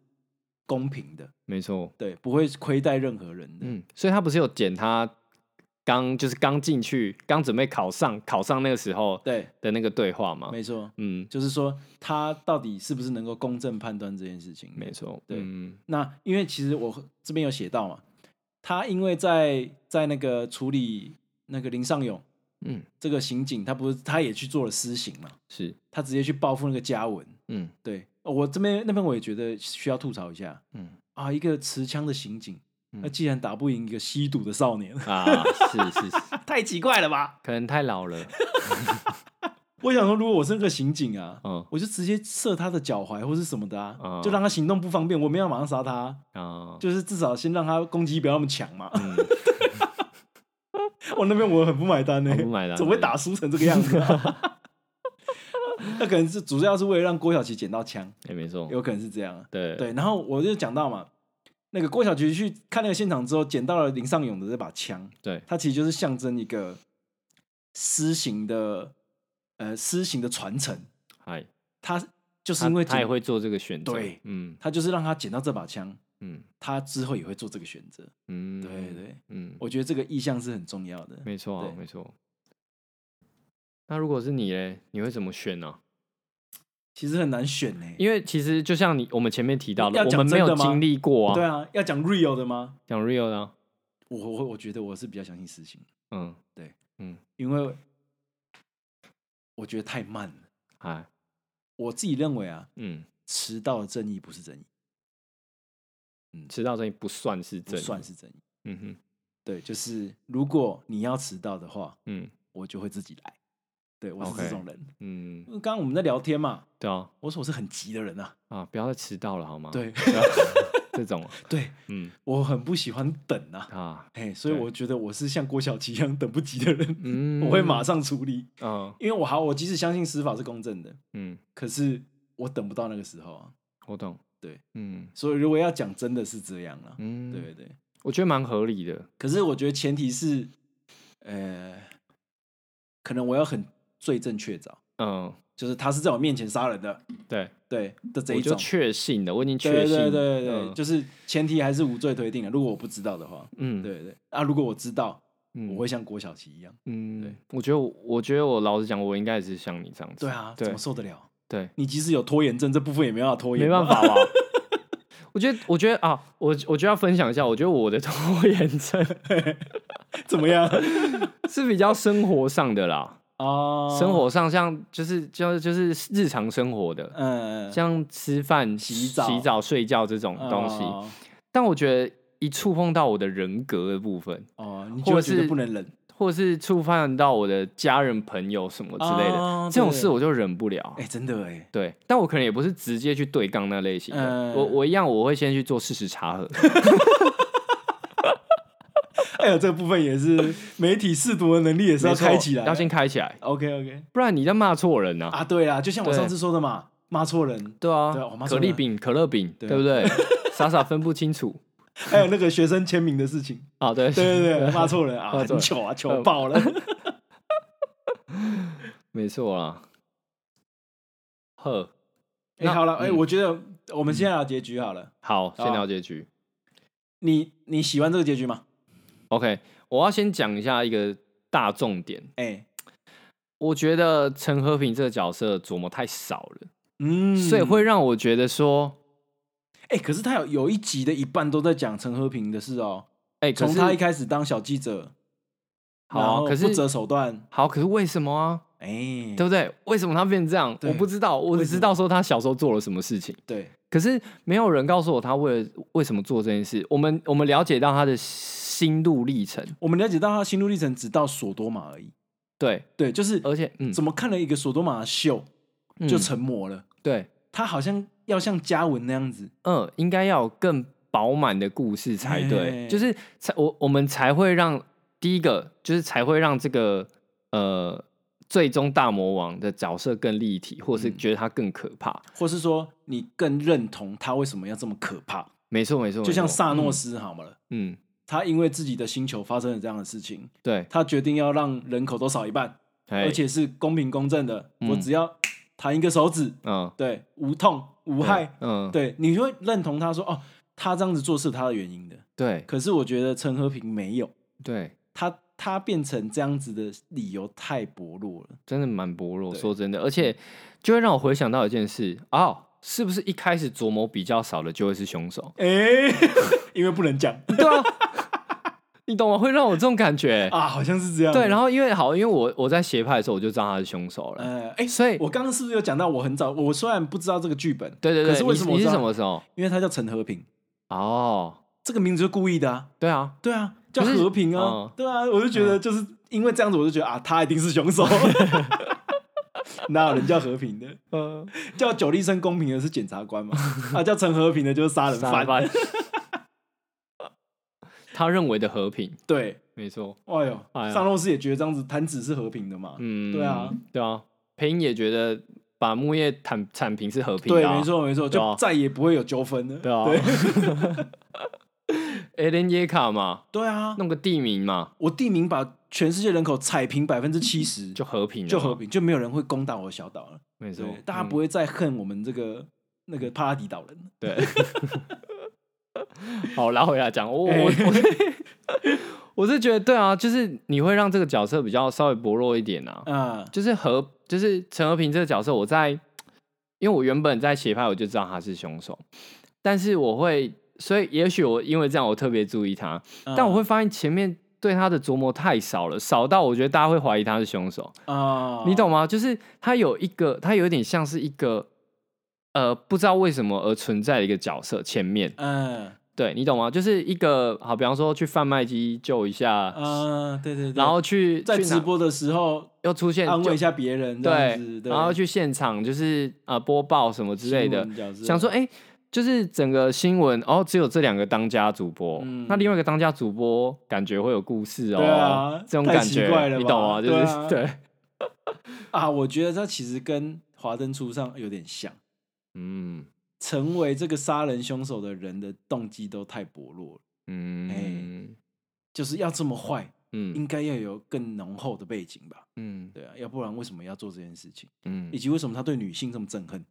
Speaker 2: 公平的，
Speaker 1: 没错。
Speaker 2: 对，不会亏待任何人的。
Speaker 1: 嗯，所以他不是有剪他刚就是刚进去，刚准备考上考上那个时候
Speaker 2: 对，
Speaker 1: 的那个对话吗？
Speaker 2: 没错，
Speaker 1: 嗯，
Speaker 2: 就是说他到底是不是能够公正判断这件事情？
Speaker 1: 没错，
Speaker 2: 对
Speaker 1: 嗯
Speaker 2: 那因为其实我这边有写到嘛，他因为在在那个处理那个林尚勇
Speaker 1: 嗯
Speaker 2: 这个刑警，他不是他也去做了私刑嘛，
Speaker 1: 是，
Speaker 2: 他直接去报复那个嘉文。
Speaker 1: 嗯
Speaker 2: 对，哦我这边那边我也觉得需要吐槽一下
Speaker 1: 嗯
Speaker 2: 啊，一个持枪的刑警，
Speaker 1: 嗯
Speaker 2: 那既然打不赢一个吸毒的少年，
Speaker 1: 啊，是是是，
Speaker 2: 太奇怪了吧？
Speaker 1: 可能太老 了，
Speaker 2: 我想说，如果我是那个刑警啊，
Speaker 1: 嗯
Speaker 2: 我就直接射他的脚踝或是什么的啊，
Speaker 1: 嗯
Speaker 2: 就让他行动不方便，我没有马上杀他，
Speaker 1: 啊，
Speaker 2: 就是至少先让他攻击不要那么强嘛。
Speaker 1: 嗯，
Speaker 2: 我那边我很不买单呢、
Speaker 1: 我不买单
Speaker 2: 怎么会打输成这个样子、啊？ 那可能是主要是为了让郭晓琪捡到枪，
Speaker 1: 也没错，
Speaker 2: 有可能是这样啊。
Speaker 1: 对
Speaker 2: 对，然后我就讲到嘛，那个郭晓琪去看那个现场之后，捡到了林尚勇的这把枪，
Speaker 1: 对，
Speaker 2: 它其实就是象征一个私刑的呃私刑的传承，
Speaker 1: 哎，
Speaker 2: 他就是
Speaker 1: 他
Speaker 2: 因为
Speaker 1: 他也
Speaker 2: 捡
Speaker 1: 会做这个选择，
Speaker 2: 对
Speaker 1: 嗯
Speaker 2: 他就是让他捡到这把枪，
Speaker 1: 嗯
Speaker 2: 他之后也会做这个选择。
Speaker 1: 嗯，
Speaker 2: 对对，
Speaker 1: 嗯，
Speaker 2: 我觉得这个意向是很重要的。
Speaker 1: 没错啊
Speaker 2: 对
Speaker 1: 没错。那如果是你嘞，你会怎么选呢？
Speaker 2: 其实很难选呢、
Speaker 1: 因为其实就像你我们前面提到的，
Speaker 2: 要
Speaker 1: 我
Speaker 2: 讲
Speaker 1: 们没有
Speaker 2: 真的吗
Speaker 1: 经历过啊，
Speaker 2: 对啊，要讲 real 的吗？
Speaker 1: 讲 real 呢，
Speaker 2: 我我我觉得我是比较相信私情，
Speaker 1: 嗯，
Speaker 2: 因为我觉得太慢了。
Speaker 1: 哎，
Speaker 2: 我自己认为啊，
Speaker 1: 嗯，
Speaker 2: 迟到的正义不是正义，
Speaker 1: 迟到正义不算是
Speaker 2: 不
Speaker 1: 正义，
Speaker 2: 算是正义。
Speaker 1: 嗯哼，
Speaker 2: 对，就是如果你要迟到的话，
Speaker 1: 嗯
Speaker 2: 我就会自己来。对我是
Speaker 1: OK
Speaker 2: 这种人。
Speaker 1: 嗯
Speaker 2: 因，为刚刚我们在聊天嘛，
Speaker 1: 对啊，
Speaker 2: 我说我是很急的人啊。
Speaker 1: 啊，不要再迟到了好吗？
Speaker 2: 对
Speaker 1: 不要， 这种，
Speaker 2: 对
Speaker 1: 嗯
Speaker 2: 我很不喜欢等啊，
Speaker 1: 啊，
Speaker 2: 哎，所以
Speaker 1: 对
Speaker 2: 我觉得我是像郭晓琪一样等不及的人，
Speaker 1: 嗯
Speaker 2: 我会马，上处理。
Speaker 1: 嗯
Speaker 2: 因为我好，我即使相信司法是公正的，
Speaker 1: 嗯，
Speaker 2: 可是我等不到那个时候啊。
Speaker 1: 我懂，
Speaker 2: 对，
Speaker 1: 嗯
Speaker 2: 所以如果要讲，真的是这样了、
Speaker 1: 嗯，
Speaker 2: 对，对对。
Speaker 1: 我觉得蛮合理的，
Speaker 2: 可是我觉得前提是，呃，可能我要很罪证确凿，
Speaker 1: 嗯，
Speaker 2: 就是他是在我面前杀人的，
Speaker 1: 对，
Speaker 2: 对的这
Speaker 1: 我
Speaker 2: 一
Speaker 1: 就
Speaker 2: 种。
Speaker 1: 确信的，我已经确
Speaker 2: 对
Speaker 1: 信，
Speaker 2: 对对对对，
Speaker 1: 嗯
Speaker 2: 就是前提还是无罪推定的。啊如果我不知道的话，
Speaker 1: 嗯，
Speaker 2: 对对啊，如果我知道，
Speaker 1: 嗯，
Speaker 2: 我会像郭晓琪一样。
Speaker 1: 嗯，我觉得我，我觉得我老实讲，我应该也是像你这样子，
Speaker 2: 对啊，
Speaker 1: 对
Speaker 2: 怎么受得了？
Speaker 1: 对，
Speaker 2: 你即使有拖延症，这部分也没办法拖延，
Speaker 1: 没办。法吧？我觉得，我觉得啊，我我觉得要分享一下，我觉得我的 拖延症
Speaker 2: 怎么样？
Speaker 1: 是比较生活上的啦，
Speaker 2: 哦，
Speaker 1: 生，活上像就是就就是日常生活的，
Speaker 2: 嗯，
Speaker 1: 像吃饭、
Speaker 2: 洗澡
Speaker 1: 洗澡、睡觉这种东西。
Speaker 2: 哦
Speaker 1: 但我觉得一触碰到我的人格的部分，
Speaker 2: 哦，你
Speaker 1: 或
Speaker 2: 就
Speaker 1: 者
Speaker 2: 觉得
Speaker 1: 是
Speaker 2: 不能忍，
Speaker 1: 或者是触犯到我的家人、朋友什么之类的，
Speaker 2: 哦
Speaker 1: 这种
Speaker 2: 对
Speaker 1: 事我就忍不了。
Speaker 2: 哎、真的哎，
Speaker 1: 对，但我可能也不是直接去对杠那类型的，
Speaker 2: 嗯
Speaker 1: 我我一样我会先去做事实查 核。
Speaker 2: 哎呦，这个部分 也是媒体试读的能力也是要
Speaker 1: 没错
Speaker 2: 开起来的，
Speaker 1: 要先开起来，
Speaker 2: OK OK
Speaker 1: 不然你在骂错人呐、啊。
Speaker 2: 啊，对啦，就像我
Speaker 1: 对
Speaker 2: 上次说的嘛，骂错人，
Speaker 1: 对啊，
Speaker 2: 对啊我骂错
Speaker 1: 可
Speaker 2: 人
Speaker 1: 丽饼、可乐饼，
Speaker 2: 对啊
Speaker 1: 对不 对？傻傻分不清楚
Speaker 2: 还哎有那个学生签名的事情，
Speaker 1: 啊，对
Speaker 2: 对对 对，骂错人啊，
Speaker 1: 骂错人嗯
Speaker 2: 很糗啊，糗爆了。
Speaker 1: 没错啦。呵，
Speaker 2: 哎、
Speaker 1: 那
Speaker 2: 好了，哎、
Speaker 1: 嗯
Speaker 2: 我觉得我们先聊结局好了。
Speaker 1: 好，先
Speaker 2: 好啊
Speaker 1: 聊结局。
Speaker 2: 你你喜欢这个结局吗？
Speaker 1: OK，我要先讲一下一个大重点，
Speaker 2: 哎、
Speaker 1: 我觉得陈和平这个角色琢磨太少了，
Speaker 2: 嗯，
Speaker 1: 所以会让我觉得说，
Speaker 2: 哎、可是他有有一集的一半都在讲陈和平的事哦，
Speaker 1: 哎、可
Speaker 2: 从
Speaker 1: 是
Speaker 2: 他一开始当小记者，
Speaker 1: 好
Speaker 2: 然
Speaker 1: 啊
Speaker 2: 后
Speaker 1: 可是
Speaker 2: 不择手段，
Speaker 1: 好，可是为什么啊？
Speaker 2: 哎、
Speaker 1: 对不对？为什么他变成这样？
Speaker 2: 对
Speaker 1: 我不知道，我只知道说他小时候做了什么事情，
Speaker 2: 对，
Speaker 1: 可是没有人告诉我他为了为什么做这件事。我们我们了解到他的心路历程，
Speaker 2: 我们了解到他心路历程只到索多玛而已，
Speaker 1: 对，
Speaker 2: 对，就是
Speaker 1: 而且嗯，
Speaker 2: 怎么看了一个索多玛的秀
Speaker 1: 嗯
Speaker 2: 就成魔了，
Speaker 1: 对，
Speaker 2: 他好像要像嘉文那样子，
Speaker 1: 嗯，应该要有更饱满的故事才对，
Speaker 2: 哎
Speaker 1: 就是才我我们才会让第一个就是才会让这个呃最终大魔王的角色更立体，或是
Speaker 2: 嗯
Speaker 1: 觉得他更可怕。
Speaker 2: 或是说你更认同他为什么要这么可怕，
Speaker 1: 没错没错，
Speaker 2: 就像
Speaker 1: 没错
Speaker 2: 萨诺，斯好了。
Speaker 1: 嗯，嗯
Speaker 2: 他因为自己的星球发生了这样的事情，
Speaker 1: 对，
Speaker 2: 他决定要让人口都少一半，
Speaker 1: 而
Speaker 2: 而且是公平公正的。
Speaker 1: 哎嗯
Speaker 2: 我只要弹一个手指，
Speaker 1: 嗯，
Speaker 2: 对，无痛无
Speaker 1: 对
Speaker 2: 害，，
Speaker 1: 嗯，对
Speaker 2: 对，你会认同他说哦，他这样子做是有他的原因的。
Speaker 1: 对
Speaker 2: 可是我觉得陈和平没有，
Speaker 1: 对，
Speaker 2: 他他变成这样子的理由太薄弱了。
Speaker 1: 真的蛮薄弱，
Speaker 2: 对
Speaker 1: 说真的，而且就会让我回想到一件事哦，是不是一开始琢磨比较少的就会是凶手？
Speaker 2: 哎、 因为不能讲
Speaker 1: 对啊， 你懂吗？会让我这种感觉。
Speaker 2: 啊，好像是这样。
Speaker 1: 对，然
Speaker 2: 后
Speaker 1: 后因为好，因为我我在斜派的时候我就知道他是凶手了。
Speaker 2: 呃，哎、
Speaker 1: 所以
Speaker 2: 我刚刚是不是有讲到我很早，我虽然不知道这个剧本，
Speaker 1: 对对对，
Speaker 2: 可是为什么
Speaker 1: 你
Speaker 2: 我
Speaker 1: 你
Speaker 2: 知
Speaker 1: 是什
Speaker 2: 道
Speaker 1: 么时候？
Speaker 2: 因为他叫陈和平，
Speaker 1: 哦，
Speaker 2: 这个名字是故意的啊。
Speaker 1: 对啊，
Speaker 2: 对啊，叫
Speaker 1: 可是
Speaker 2: 和平啊，
Speaker 1: 嗯
Speaker 2: 对啊，我就觉得就是因为这样子，我就觉得啊，他一定是 凶手。哪有人叫和平的？
Speaker 1: 呃，
Speaker 2: 叫久立生公平的是检察官嘛？啊，叫陈和平的就是杀人
Speaker 1: 杀
Speaker 2: 犯。
Speaker 1: 犯， 他认为的和平，
Speaker 2: 对，
Speaker 1: 没错，
Speaker 2: 哎呦，
Speaker 1: 哎呀
Speaker 2: 上洛斯也觉得这样子弹指是和平的嘛？
Speaker 1: 嗯，
Speaker 2: 对啊，
Speaker 1: 对啊，裴英也觉得把木叶铲铲平是和平
Speaker 2: 对
Speaker 1: 的、，啊，
Speaker 2: 没，错没错，
Speaker 1: 对啊
Speaker 2: 就再也不会有纠纷了。
Speaker 1: 对啊
Speaker 2: 对，
Speaker 1: a l e n 耶卡嘛，
Speaker 2: 对啊，
Speaker 1: 弄个地名嘛，
Speaker 2: 我地名把全世界人口踩平百分之七十，
Speaker 1: 就和平了嘛，
Speaker 2: 就和平，就没有人会攻打我的小岛了。
Speaker 1: 没错
Speaker 2: 对，，大家
Speaker 1: 嗯
Speaker 2: 不会再恨我们这个那个帕拉迪岛人了。
Speaker 1: 对。好，拉回来讲， 我
Speaker 2: 哎
Speaker 1: 我我是我是觉得对啊，就是你会让这个角色比较稍微薄弱一点啊，
Speaker 2: 啊，
Speaker 1: 就是和就是陈和平这个角色，我在因为我原本在写派我就知道他是凶手，但是我会，所以也许我因为这样我特别注意他，
Speaker 2: 嗯
Speaker 1: 但我会发现前面对他的琢磨太少了，少到我觉得大家会怀疑他是凶手。
Speaker 2: 啊，
Speaker 1: 你懂吗？就是他有一个，他有点像是一个呃，不知道为什么而存在的一个角色前面，
Speaker 2: 嗯
Speaker 1: 对你懂吗？就是一个好，比方说去贩卖机救一下，
Speaker 2: 啊，对对对，
Speaker 1: 然后去
Speaker 2: 在
Speaker 1: 去哪
Speaker 2: 直播的时候
Speaker 1: 又出现
Speaker 2: 安慰
Speaker 1: 就
Speaker 2: 一下别人，这样子
Speaker 1: 对，
Speaker 2: 对，
Speaker 1: 然后去现场就是呃播报什么之类的，
Speaker 2: 新闻角色
Speaker 1: 想说哎、诶就是整个新闻哦，只有这两个当家主播，
Speaker 2: 嗯
Speaker 1: 那另外一个当家主播感觉会有故事哦，
Speaker 2: 对啊
Speaker 1: 这种
Speaker 2: 太
Speaker 1: 感
Speaker 2: 奇
Speaker 1: 觉
Speaker 2: 怪了
Speaker 1: 你
Speaker 2: 吧
Speaker 1: 懂吗？就是
Speaker 2: 对啊
Speaker 1: 对，
Speaker 2: 啊，我觉得他其实跟《华灯初上》有点像，
Speaker 1: 嗯
Speaker 2: 成为这个杀人凶手的人的动机都太薄弱了，
Speaker 1: 嗯。
Speaker 2: 哎就是要这么坏，
Speaker 1: 嗯
Speaker 2: 应该要有更浓厚的背景吧？
Speaker 1: 嗯
Speaker 2: 对啊，要不然为什么要做这件事情？
Speaker 1: 嗯
Speaker 2: 以，及为什么他对女性这么憎恨，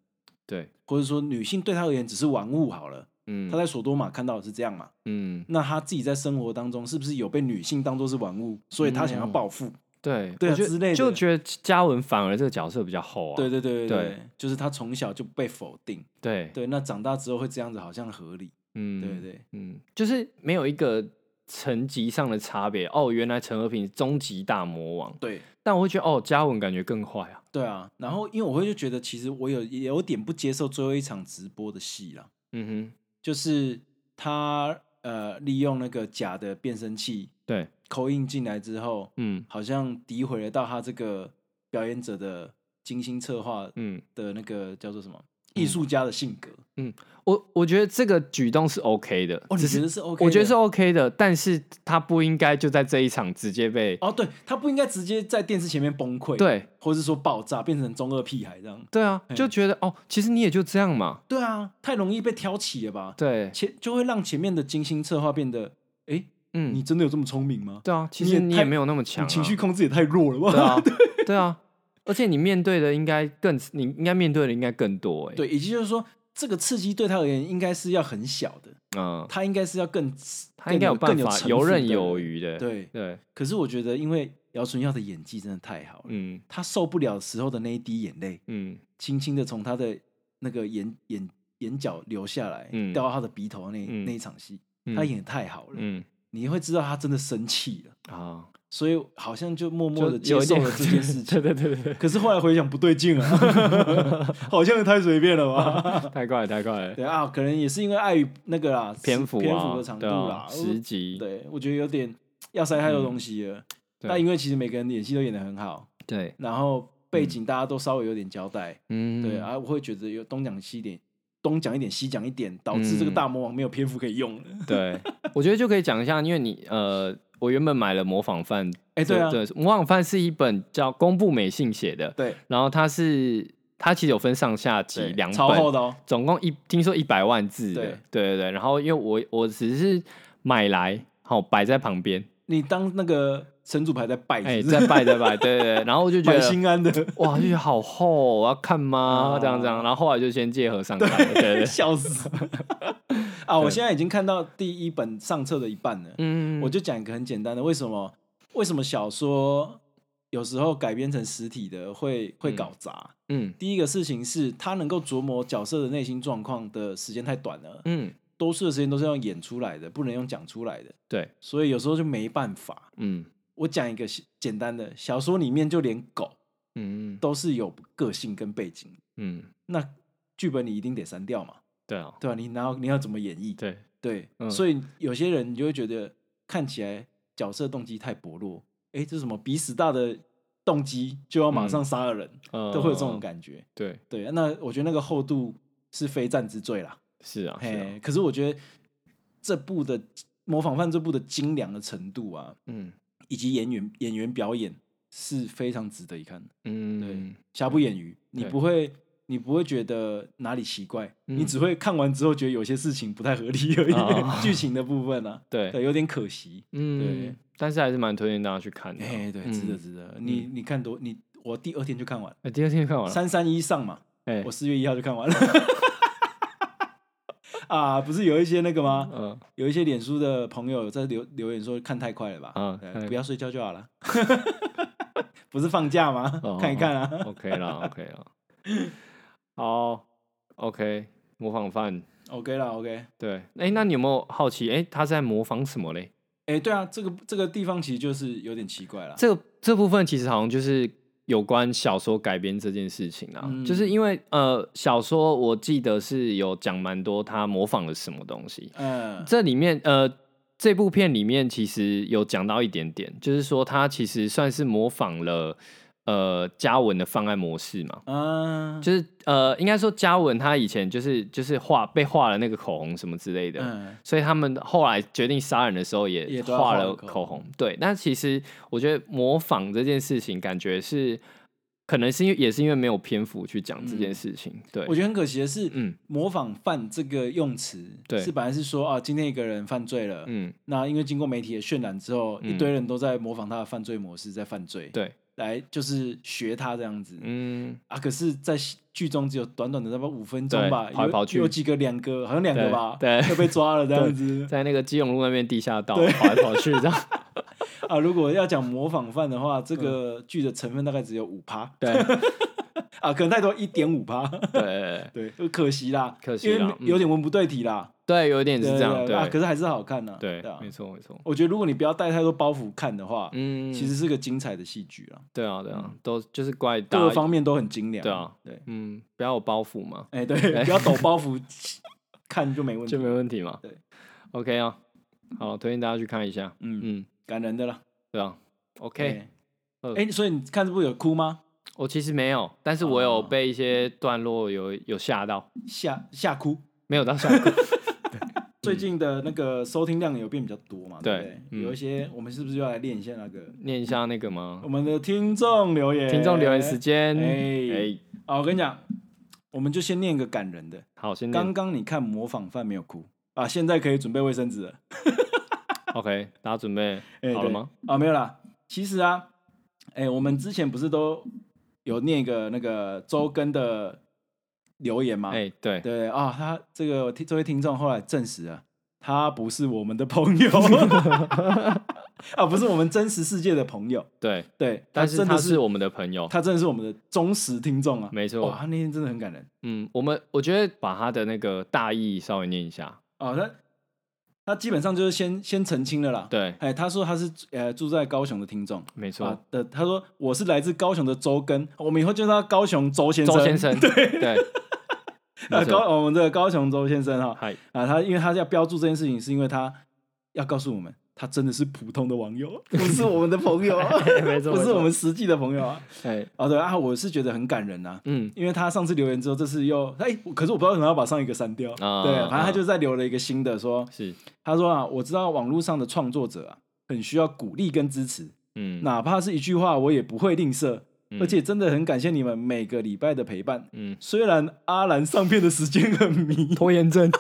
Speaker 1: 对，
Speaker 2: 或者说女性对他而言只是玩物好了？
Speaker 1: 嗯，
Speaker 2: 他在索多玛看到的是这样嘛？
Speaker 1: 嗯，
Speaker 2: 那他自己在生活当中是不是有被女性当做是玩物，所以他想要报复？
Speaker 1: 对，
Speaker 2: 对啊
Speaker 1: 我觉得
Speaker 2: 之类的
Speaker 1: 就觉得嘉文反而这个角色比较厚啊，
Speaker 2: 对对对对
Speaker 1: 对
Speaker 2: 对，就是他从小就被否定，
Speaker 1: 对
Speaker 2: 对，那长大之后会这样子，好像合理，
Speaker 1: 嗯，
Speaker 2: 对对，
Speaker 1: 嗯，就是没有一个层级上的差别。哦，原来陈和平是终极大魔王，
Speaker 2: 对
Speaker 1: 但我会觉得哦，嘉文感觉更坏啊，
Speaker 2: 对啊。然后因为我会就觉得，其实我有也有点不接受最后一场直播的戏啦，
Speaker 1: 嗯哼，
Speaker 2: 就是他呃利用那个假的变声器
Speaker 1: 对
Speaker 2: 口音进来之后，
Speaker 1: 嗯
Speaker 2: 好像诋毁了到他这个表演者的精心策划
Speaker 1: 嗯，
Speaker 2: 的那个叫做什么艺术家的性格。
Speaker 1: 我我觉得这个举动是 OK 的，
Speaker 2: 哦，你
Speaker 1: 只
Speaker 2: 觉
Speaker 1: 是
Speaker 2: 得是 OK？
Speaker 1: 我觉得
Speaker 2: 的
Speaker 1: 是 OK 的，但是他不应该就在这一场直接被
Speaker 2: 哦，对他不应该直接在电视前面崩溃，，
Speaker 1: 对
Speaker 2: 或是说爆炸变成中二屁孩这样。
Speaker 1: 对啊，
Speaker 2: 嘿
Speaker 1: 就觉得哦，其实你也就这样嘛，
Speaker 2: 对啊，太容易被挑起了吧？
Speaker 1: 对，
Speaker 2: 前就会让前面的精心策划变得，哎，
Speaker 1: 嗯，
Speaker 2: 你真的有这么聪明吗？
Speaker 1: 对啊，其
Speaker 2: 你
Speaker 1: 实
Speaker 2: 也
Speaker 1: 你
Speaker 2: 太
Speaker 1: 也没有那么强、
Speaker 2: 你
Speaker 1: 啊，
Speaker 2: 情绪控制也太弱了吧？
Speaker 1: 对啊，对啊，而且你面对的应该更，你应该面对的应该更多哎、
Speaker 2: 对，以及就是说，这个刺激对他而言应该是要很小的，
Speaker 1: 嗯，
Speaker 2: 他应该是要更，
Speaker 1: 他应该有办
Speaker 2: 更有
Speaker 1: 法
Speaker 2: 城
Speaker 1: 游
Speaker 2: 府
Speaker 1: 刃
Speaker 2: 的
Speaker 1: 有
Speaker 2: 人
Speaker 1: 余的，
Speaker 2: 对。
Speaker 1: 对，
Speaker 2: 可是我觉得，因为姚纯耀的演技真的太好了，
Speaker 1: 嗯
Speaker 2: 他受不了时候的那一滴眼泪，
Speaker 1: 嗯
Speaker 2: 轻轻的从他的那个眼眼眼角流下来，
Speaker 1: 嗯
Speaker 2: 掉到他的鼻头那、
Speaker 1: 嗯
Speaker 2: 那一场戏，
Speaker 1: 嗯，
Speaker 2: 他演的太好了，
Speaker 1: 嗯
Speaker 2: 你会知道他真的生气了，
Speaker 1: 啊，
Speaker 2: 所以好像就默默
Speaker 1: 就
Speaker 2: 的
Speaker 1: 有
Speaker 2: 接
Speaker 1: 一
Speaker 2: 受
Speaker 1: 点
Speaker 2: 了这件事情。
Speaker 1: 对对对对，
Speaker 2: 可是后来回想不对劲啊， 好像也太随便了 吧？
Speaker 1: 太快了太快了，
Speaker 2: 对啊，可能也是因为碍于那个啦，
Speaker 1: 篇
Speaker 2: 幅
Speaker 1: 幅
Speaker 2: 篇
Speaker 1: 啊
Speaker 2: 的长度
Speaker 1: 对
Speaker 2: 啦
Speaker 1: 啊，，
Speaker 2: 我
Speaker 1: 十集，
Speaker 2: 对我觉得有点要塞太多东西了。
Speaker 1: 嗯对
Speaker 2: 但因为其实每个人演戏都演得很好，
Speaker 1: 对，
Speaker 2: 然后背景大家都稍微有点交代，
Speaker 1: 嗯，
Speaker 2: 对啊，我会觉得有东讲西点，东讲一点西讲一点，导致这个
Speaker 1: 嗯
Speaker 2: 大魔王没有篇幅可以用了。
Speaker 1: 对，我觉得就可以讲一下，因为你呃，我原本买了《模仿犯》
Speaker 2: 哎对啊
Speaker 1: 对，《模仿犯》是一本叫宫部美信写的，
Speaker 2: 对，
Speaker 1: 然后它是它其实有分上下集
Speaker 2: 对
Speaker 1: 两本，
Speaker 2: 超厚的哦，
Speaker 1: 总共一听说一百万字的，
Speaker 2: 对
Speaker 1: 对对对。然后因为我我只是买来好摆在旁边，
Speaker 2: 你当那个神主牌在拜，
Speaker 1: 哎、
Speaker 2: 是不是
Speaker 1: 再拜再拜，对对对。然后我就觉
Speaker 2: 买
Speaker 1: 得
Speaker 2: 心安的，
Speaker 1: 哇，就觉得好厚哦，我要看吗？
Speaker 2: 啊
Speaker 1: 这样这样。然后后来就先借和尚看了，对对 对，
Speaker 2: 笑死啊！我现在已经看到第一本上册的一半了，
Speaker 1: 嗯，
Speaker 2: 我就讲一个很简单的，为什么为什么小说有时候改编成实体的会会搞砸？
Speaker 1: 嗯
Speaker 2: 第一个事情是他能够琢磨角色的内心状况的时间太短了，
Speaker 1: 嗯
Speaker 2: 多数的时间都是要演出来的，不能用讲出来的，
Speaker 1: 对，
Speaker 2: 所以有时候就没办法。
Speaker 1: 嗯
Speaker 2: 我讲一个小简单的，小说里面就连狗
Speaker 1: 嗯
Speaker 2: 都是有个性跟背景，
Speaker 1: 嗯，
Speaker 2: 那剧本你一定得删掉嘛，
Speaker 1: 对啊，
Speaker 2: 对吧、你然后你要怎么演绎？
Speaker 1: 对，
Speaker 2: 对，
Speaker 1: 嗯
Speaker 2: 所以有些人你就会觉得看起来角色动机太薄弱，诶，这是什么比死大的动机就要马上杀了人，
Speaker 1: 呃
Speaker 2: 都会有这种感觉。
Speaker 1: 对，
Speaker 2: 对，那我觉得那个厚度是非战之罪啦。
Speaker 1: 是啊，是啊
Speaker 2: 嘿，，可是我觉得这部的模仿犯这部的精良的程度啊，
Speaker 1: 嗯
Speaker 2: 以及演员演员表演是非常值得一看的。
Speaker 1: 嗯
Speaker 2: 对，，瑕不掩瑜，你
Speaker 1: 对
Speaker 2: 不会。你不会觉得哪里奇怪，你
Speaker 1: 嗯
Speaker 2: 只会看完之后觉得有些事情不太合理而
Speaker 1: 哦
Speaker 2: 已。剧、情的部分啊，
Speaker 1: 对
Speaker 2: 对，有点可惜。对
Speaker 1: 嗯，但是还是蛮推荐大家去看的啊。
Speaker 2: 哎、对，值得
Speaker 1: 嗯
Speaker 2: 值得。你你看多你我第二天就看完了，
Speaker 1: 哎第二天就看完了，
Speaker 2: 三三一上嘛，
Speaker 1: 哎
Speaker 2: 我，四月一号就看完 了。啊，不是有一些那个吗？
Speaker 1: 嗯，
Speaker 2: 有一些脸书的朋友在留留言说看太快了吧，
Speaker 1: 啊
Speaker 2: 对
Speaker 1: 太快
Speaker 2: 不要睡觉就好了。不是放假吗？
Speaker 1: 哦
Speaker 2: 看一看啊。
Speaker 1: OK 啦，OK 啦，好，OK，模仿犯，
Speaker 2: OK 啦，OK。
Speaker 1: 对，哎、那你有没有好奇，哎、他在模仿什么嘞？
Speaker 2: 哎、对啊，这个这个地方其实就是有点奇怪啦。
Speaker 1: 这个这部分其实好像就是有关小说改编这件事情啊，就是因为呃，小说我记得是有讲蛮多他模仿了什么东西，
Speaker 2: 嗯，
Speaker 1: 这里面呃。这部片里面其实有讲到一点点，就是说他其实算是模仿了呃嘉文的犯案模式嘛，
Speaker 2: 啊，
Speaker 1: 就是呃，应该说嘉文他以前就是就是画被画了那个口红什么之类的，
Speaker 2: 嗯
Speaker 1: 所以他们后来决定杀人的时候
Speaker 2: 也
Speaker 1: 也
Speaker 2: 都要画
Speaker 1: 画
Speaker 2: 了
Speaker 1: 了
Speaker 2: 口
Speaker 1: 口红。对，那其实我觉得模仿这件事情，感觉是可能是因为也是因为没有篇幅去讲这件事情。对，
Speaker 2: 嗯我觉得很可惜的是，
Speaker 1: 嗯
Speaker 2: 模仿犯这个用词，
Speaker 1: 对
Speaker 2: 是本来是说啊，今天一个人犯罪了，
Speaker 1: 嗯
Speaker 2: 那因为经过媒体的渲染之后，
Speaker 1: 嗯
Speaker 2: 一堆人都在模仿他的犯罪模式，在犯罪，
Speaker 1: 对
Speaker 2: 来就是学他这样子。
Speaker 1: 嗯
Speaker 2: 啊！可是，在剧中只有短短的那么五分钟
Speaker 1: 对
Speaker 2: 吧，有
Speaker 1: 跑来跑去
Speaker 2: 有几个两个，好像两个
Speaker 1: 对
Speaker 2: 吧，
Speaker 1: 对
Speaker 2: 又被抓了这样 子
Speaker 1: 在那个基隆路那边地下道跑来跑去这 样。
Speaker 2: 啊！如果要讲模仿犯的话，这个剧的成分大概只有五趴，
Speaker 1: 嗯对
Speaker 2: 啊，可能太多一点五趴，
Speaker 1: 对
Speaker 2: 对，就可惜啦，
Speaker 1: 可惜
Speaker 2: 因为
Speaker 1: 啦嗯
Speaker 2: 没有点文不对题啦，
Speaker 1: 对，有一点是这样。
Speaker 2: 对对啊，可
Speaker 1: 对
Speaker 2: 是还是好看呢，
Speaker 1: 对，
Speaker 2: 啊
Speaker 1: 没，错没错。
Speaker 2: 我觉得如果你不要带太多包袱看的话，
Speaker 1: 嗯，
Speaker 2: 其实是个精彩的戏剧啊，
Speaker 1: 对啊对啊，都就是怪大
Speaker 2: 各
Speaker 1: 家
Speaker 2: 方面都很精良，
Speaker 1: 对啊，
Speaker 2: 对，
Speaker 1: 嗯，不要有包袱嘛，
Speaker 2: 哎，对，不要抖包袱 看就没问
Speaker 1: 就
Speaker 2: 题，
Speaker 1: 没问题嘛。
Speaker 2: 对
Speaker 1: ，OK 啊，好，推荐大家去看一下。
Speaker 2: 嗯，
Speaker 1: 嗯，
Speaker 2: 感人的了。
Speaker 1: 对吧？OK，呃
Speaker 2: 哎、诶所以你看这部有哭吗？
Speaker 1: 我其实没有，但是我有
Speaker 2: 哦
Speaker 1: 被一些段落有有吓到，
Speaker 2: 吓吓哭。
Speaker 1: 没有到 吓哭。
Speaker 2: 最近的那个收听量有变比较多嘛？
Speaker 1: 对
Speaker 2: 对不对，
Speaker 1: 嗯
Speaker 2: 有一些我们是不是要来练一下那个
Speaker 1: 念一下那个吗
Speaker 2: 我？们的听众留言？
Speaker 1: 听众留言时间，
Speaker 2: 哎
Speaker 1: 哎，
Speaker 2: 啊，我跟你讲，我们就先念一个感人的。
Speaker 1: 好，先
Speaker 2: 刚
Speaker 1: 念。
Speaker 2: 刚你看模仿犯没有哭啊？现在可以准备卫生纸了。
Speaker 1: OK，大家准备
Speaker 2: 哎
Speaker 1: 好了吗？？
Speaker 2: 对啊，没有啦。其实啊，哎、我们之前不是都有念一个那个周更的留言吗？
Speaker 1: 哎，对，
Speaker 2: 对啊、他这个听这位听众后来证实了，他不是我们的朋 友，啊，不是我们真实世界的朋友。
Speaker 1: 对，
Speaker 2: 对，
Speaker 1: 但
Speaker 2: 是
Speaker 1: 是
Speaker 2: 真
Speaker 1: 他哦
Speaker 2: 的
Speaker 1: 是我们的朋友，
Speaker 2: 他真的是我们的忠实听众啊，
Speaker 1: 没错
Speaker 2: 哇，他那天真的很感人
Speaker 1: 嗯，我们我觉得把他的那个大意稍微念一下，
Speaker 2: 哦。他他基本上就是先先澄清了啦。，
Speaker 1: 对，
Speaker 2: 哎，他说他是呃住在高雄的听众。
Speaker 1: 没错
Speaker 2: 啊，的，他说我是来自高雄的周根，我们以后就叫他高雄周先生。
Speaker 1: 周先，生，对对，没
Speaker 2: 啊、
Speaker 1: 错
Speaker 2: 高我们的高雄周先生哈
Speaker 1: 嗨，
Speaker 2: 啊，他因为他要标注这件事情，是因为他要告诉我们，他真的是普通的网友，不是我们的 朋友啊，
Speaker 1: 哎没错
Speaker 2: 不
Speaker 1: 没
Speaker 2: 是
Speaker 1: 错
Speaker 2: 我们实际的朋友啊。
Speaker 1: 哎，
Speaker 2: 啊，对啊，我是觉得很感人啊，
Speaker 1: 嗯，
Speaker 2: 因为他上次留言之后，这次又哎、可是我不知道为什么要把上一个删掉。
Speaker 1: 啊
Speaker 2: 对，反正他就再留了一个新的说，
Speaker 1: 是，
Speaker 2: 他说啊，我知道网络上的创作者啊，很需要鼓励跟支持，
Speaker 1: 嗯，
Speaker 2: 哪怕是一句话，我也不会吝啬。
Speaker 1: 嗯
Speaker 2: 而且，真的很感谢你们每个礼拜的陪伴。
Speaker 1: 嗯，
Speaker 2: 虽然阿兰上片的时间很迷，
Speaker 1: 拖延症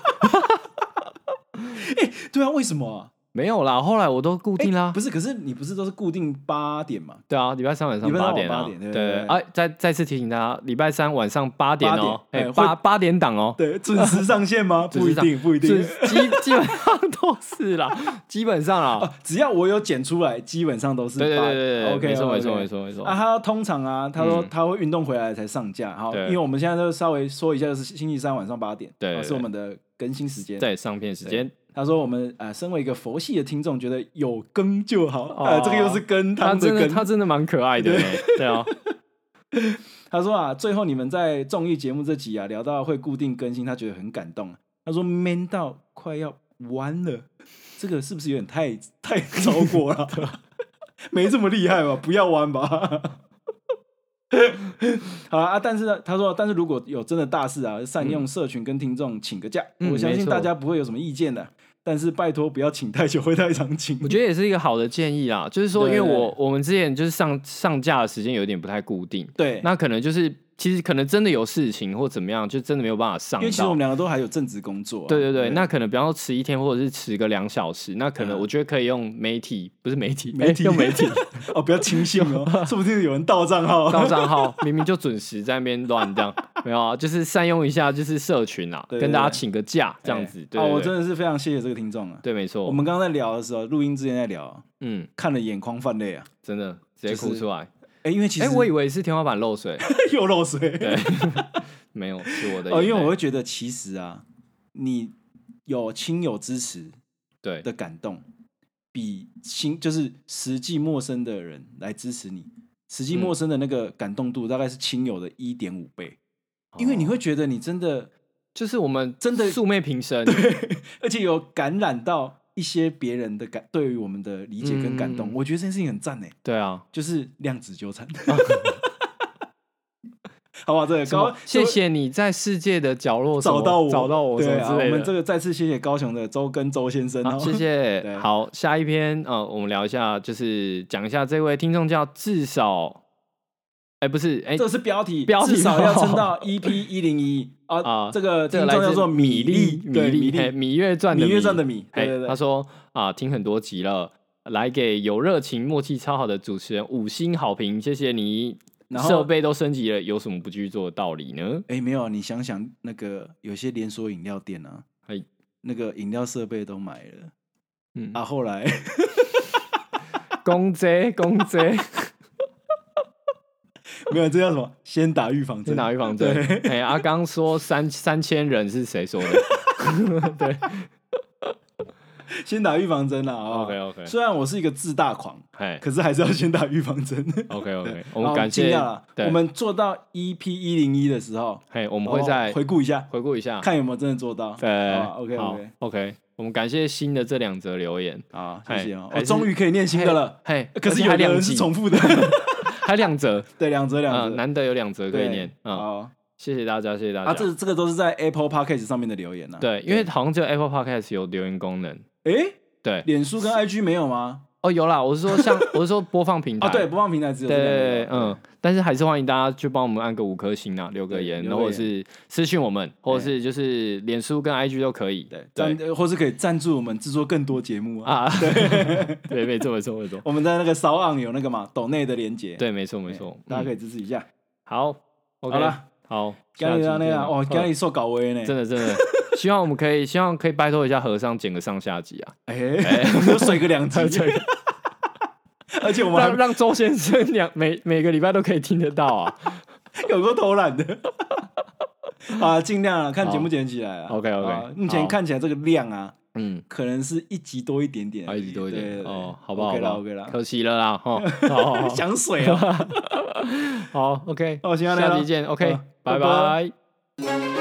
Speaker 2: 对啊，为什么、啊？
Speaker 1: 没有啦，后来我都固
Speaker 2: 哎
Speaker 1: 定啦
Speaker 2: 不，是，可是你不是都是固定八点嘛？
Speaker 1: 对啊，礼拜三晚上
Speaker 2: 礼拜三
Speaker 1: 八点啊，
Speaker 2: 晚上八点对
Speaker 1: 对，
Speaker 2: 对
Speaker 1: 哎，再再次提醒大家，礼拜三晚上八点哦，
Speaker 2: 八
Speaker 1: 哎
Speaker 2: 点，哎
Speaker 1: 八
Speaker 2: 会
Speaker 1: 八点档哦，
Speaker 2: 对，准时上 线吗？不一定，不一定
Speaker 1: 是。基基本上都是啦， 基本上啦，
Speaker 2: 啊，只要我有剪出来，基本上都是
Speaker 1: 对对
Speaker 2: 八
Speaker 1: 对对对
Speaker 2: OK，
Speaker 1: 没错没错没。错没错
Speaker 2: 啊，，他通常啊，他说
Speaker 1: 嗯
Speaker 2: 他会运动回来才上架，好，
Speaker 1: 对
Speaker 2: 因为我们现在就稍微说一下，就是星期三晚上八点，
Speaker 1: 对对
Speaker 2: 啊
Speaker 1: 对
Speaker 2: 是我们的更新时间。
Speaker 1: 对，上片时间，
Speaker 2: 他说我们呃，身为一个佛系的听众，觉得有更就好，
Speaker 1: 哦
Speaker 2: 呃，这个又是跟
Speaker 1: 他
Speaker 2: 汤
Speaker 1: 真的
Speaker 2: 跟，
Speaker 1: 他真的蛮可爱的欸，对啊，
Speaker 2: 他说啊，最后你们在综艺节目这集啊，聊到会固定更新，他觉得很感动啊。他说 man 到快要弯了，这个是不是有点太 太超过了？ 没这么厉害吧？ 不要弯吧。好啊，但是呢，他说，但是如果有真的大事啊，善用社群跟听众请个假，
Speaker 1: 嗯
Speaker 2: 我相
Speaker 1: 没
Speaker 2: 信
Speaker 1: 错
Speaker 2: 大家不会有什么意见的。但是拜托不要请太久，会太常请。
Speaker 1: 我觉得也是一个好的建议啦，就是说，因
Speaker 2: 对
Speaker 1: 为
Speaker 2: 对
Speaker 1: 我我们之前就是上上架的时间有点不太固定，
Speaker 2: 对，
Speaker 1: 那可能就是其实可能真的有事情或怎么样，就真的没有办法上
Speaker 2: 因为其实我
Speaker 1: 到
Speaker 2: 们。两个都还有正职工作啊、
Speaker 1: 对对对，那可能比方说迟一天或者是迟个两小时，那可能我觉得可以用媒体，不是媒体，
Speaker 2: 嗯媒体
Speaker 1: 哎用媒 体
Speaker 2: 哦，不要轻信 哦，说不定有人盗账号。
Speaker 1: 到账号，明明就准时在那边乱这样，没有啊，就是善用一下就是社群啦，
Speaker 2: 对对
Speaker 1: 跟大家
Speaker 2: 对
Speaker 1: 请个假这样
Speaker 2: 哎
Speaker 1: 子。对
Speaker 2: 啊，
Speaker 1: 对
Speaker 2: 我
Speaker 1: 对
Speaker 2: 真的是非常谢谢这个听众啊。
Speaker 1: 对，没错，
Speaker 2: 我们刚刚在聊的时候，录音之前在聊，
Speaker 1: 嗯，
Speaker 2: 看了眼眶泛泪啊。
Speaker 1: 真的直接
Speaker 2: 就是
Speaker 1: 哭出来。
Speaker 2: 哎，因为其实
Speaker 1: 哎，我以为是天花板漏水，
Speaker 2: 又漏水。
Speaker 1: 对，没有是我的眼泪。
Speaker 2: 哦，因为我会觉得其实啊，你有亲友支持
Speaker 1: 对
Speaker 2: 的感动，比亲就是实际陌生的人来支持你，实际
Speaker 1: 嗯
Speaker 2: 陌生的那个感动度大概是亲友的一点五倍，因为你
Speaker 1: 哦
Speaker 2: 会觉得你真的，
Speaker 1: 就是我们
Speaker 2: 真的
Speaker 1: 素昧平生，
Speaker 2: 而且有感染到一些别人的感对于我们的理解跟感动，
Speaker 1: 嗯
Speaker 2: 我觉得这件事情很赞呢。
Speaker 1: 对啊，
Speaker 2: 就是量子纠 缠。好吧，这个
Speaker 1: 什么
Speaker 2: 高
Speaker 1: 谢谢你在世界的角落什
Speaker 2: 找
Speaker 1: 么
Speaker 2: 到我，
Speaker 1: 找到我什
Speaker 2: 对
Speaker 1: 么
Speaker 2: 啊，
Speaker 1: 之
Speaker 2: 我
Speaker 1: 类
Speaker 2: 们这
Speaker 1: 的。
Speaker 2: 个再次谢谢高雄的周跟周先生
Speaker 1: 好，
Speaker 2: 哦，
Speaker 1: 谢
Speaker 2: 对
Speaker 1: 谢。好，下一篇呃，我们聊一下，就是讲一下这位听众叫至少，哎，不是，哎，
Speaker 2: 这是标题，
Speaker 1: 标题
Speaker 2: 至少要
Speaker 1: 哦
Speaker 2: 撑到 EP 一零一啊
Speaker 1: 啊，
Speaker 2: 这个
Speaker 1: 这
Speaker 2: 听
Speaker 1: 个
Speaker 2: 众
Speaker 1: 来自
Speaker 2: 叫做米粒，
Speaker 1: 米
Speaker 2: 对
Speaker 1: 粒，
Speaker 2: 米
Speaker 1: 嘿芈
Speaker 2: 粒，
Speaker 1: 月传的
Speaker 2: 芈月传的米
Speaker 1: 嘿
Speaker 2: 对对对
Speaker 1: 他说啊，听很多集了，来给有热情、默契超好的主持人五星好评，谢谢你。
Speaker 2: 然后
Speaker 1: 设备都升级了，有什么不继续做的道理呢？
Speaker 2: 哎，没有，你想想那个有些连锁饮料店啊
Speaker 1: 嘿，
Speaker 2: 那个饮料设备都买了
Speaker 1: 哎嗯，
Speaker 2: 啊，后来
Speaker 1: 公贼公 贼，
Speaker 2: 没有，这叫什么？先打预防
Speaker 1: 是
Speaker 2: 针，
Speaker 1: 哪预防针
Speaker 2: 对？
Speaker 1: 哎，阿刚说三三千人是谁说的？OK
Speaker 2: 先打预防针啦啊。
Speaker 1: OK OK，
Speaker 2: 虽然我是一个自大狂，
Speaker 1: 哎
Speaker 2: 可是还是要先打预防针。
Speaker 1: OK OK，我
Speaker 2: 我
Speaker 1: 们感
Speaker 2: 惊
Speaker 1: 谢
Speaker 2: 讶了，
Speaker 1: 对
Speaker 2: 我们做到 EP 一零一的时候，
Speaker 1: 嘿，我
Speaker 2: 我
Speaker 1: 们会再
Speaker 2: 哦回顾一下，哦
Speaker 1: 回顾一下。
Speaker 2: 看有没有真的做到。
Speaker 1: 对
Speaker 2: ，OK
Speaker 1: 好
Speaker 2: OK。
Speaker 1: OK，我们感谢新的这两则留言，
Speaker 2: 啊，谢
Speaker 1: 哎
Speaker 2: 谢啊，我
Speaker 1: 还是
Speaker 2: 终于可以念新的了。
Speaker 1: 嘿，
Speaker 2: 可
Speaker 1: 而
Speaker 2: 是
Speaker 1: 且
Speaker 2: 有
Speaker 1: 还
Speaker 2: 的
Speaker 1: 两
Speaker 2: 人是
Speaker 1: 集，
Speaker 2: 重 复的，
Speaker 1: 还两则，
Speaker 2: 对，两折 两
Speaker 1: 啊，
Speaker 2: 折，
Speaker 1: 难得有两则可以
Speaker 2: 对
Speaker 1: 念啊，
Speaker 2: 好
Speaker 1: 谢谢大家，谢谢大家。
Speaker 2: 啊，这这个都是在 Apple Podcast 上面的留言呢。，
Speaker 1: 对，因为好像只有 Apple Podcast 有留言功能。
Speaker 2: 诶，
Speaker 1: 对，
Speaker 2: 脸书跟 IG 没有吗？
Speaker 1: 哦，有啦，我是说像，我是说播放平台。
Speaker 2: 啊，对，播放平台只有这
Speaker 1: 对
Speaker 2: 两个
Speaker 1: 对，嗯，但是还是欢迎大家去帮我们按个五颗星啊，留个
Speaker 2: 对
Speaker 1: 言，然
Speaker 2: 留个
Speaker 1: 后或者是私信我们，或者是就是脸书跟 IG 都可以。
Speaker 2: 对，
Speaker 1: 对
Speaker 2: 赞，呃或是可以赞助我们制作更多节目啊。
Speaker 1: 啊，对 对，没错没错没 错，
Speaker 2: 我们在那个骚昂有那个嘛，抖内的连接，
Speaker 1: 对，没错没
Speaker 2: 哎，
Speaker 1: 错，
Speaker 2: 大家可
Speaker 1: 以
Speaker 2: 以支持一下。
Speaker 1: 好，OK，
Speaker 2: 好了，
Speaker 1: 好，
Speaker 2: 咖
Speaker 1: 下集
Speaker 2: 喱拉内
Speaker 1: 见
Speaker 2: 啊，
Speaker 1: 了
Speaker 2: 哇，
Speaker 1: 嗯
Speaker 2: 咖喱受搞威呢，
Speaker 1: 真的真的， 希望我们可以，希望可以拜托一下和尚剪个上下集 啊，
Speaker 2: 哎，就水个两集， 而且我们
Speaker 1: 让
Speaker 2: 还
Speaker 1: 让周先生两每每个礼拜都可以听得到 啊。
Speaker 2: 有够偷懒的。 啊，尽量啊，看剪不剪起来啊。
Speaker 1: 好，OK，OK，
Speaker 2: 啊目前
Speaker 1: 好
Speaker 2: 看起来这个量啊，
Speaker 1: 嗯，
Speaker 2: 可能是一集多一点点
Speaker 1: 啊
Speaker 2: 而已，
Speaker 1: 一集多一
Speaker 2: 对
Speaker 1: 点
Speaker 2: 对对
Speaker 1: 哦，好不好？
Speaker 2: ？OK 啦
Speaker 1: 好不好
Speaker 2: ，OK 啦，
Speaker 1: 可惜了啦，哈，好好好
Speaker 2: 想水啊。
Speaker 1: 好，OK，
Speaker 2: 哦行啊来
Speaker 1: 下
Speaker 2: 咯
Speaker 1: 集见，OK，
Speaker 2: 嗯
Speaker 1: 拜
Speaker 2: 拜拜
Speaker 1: 拜。
Speaker 2: 拜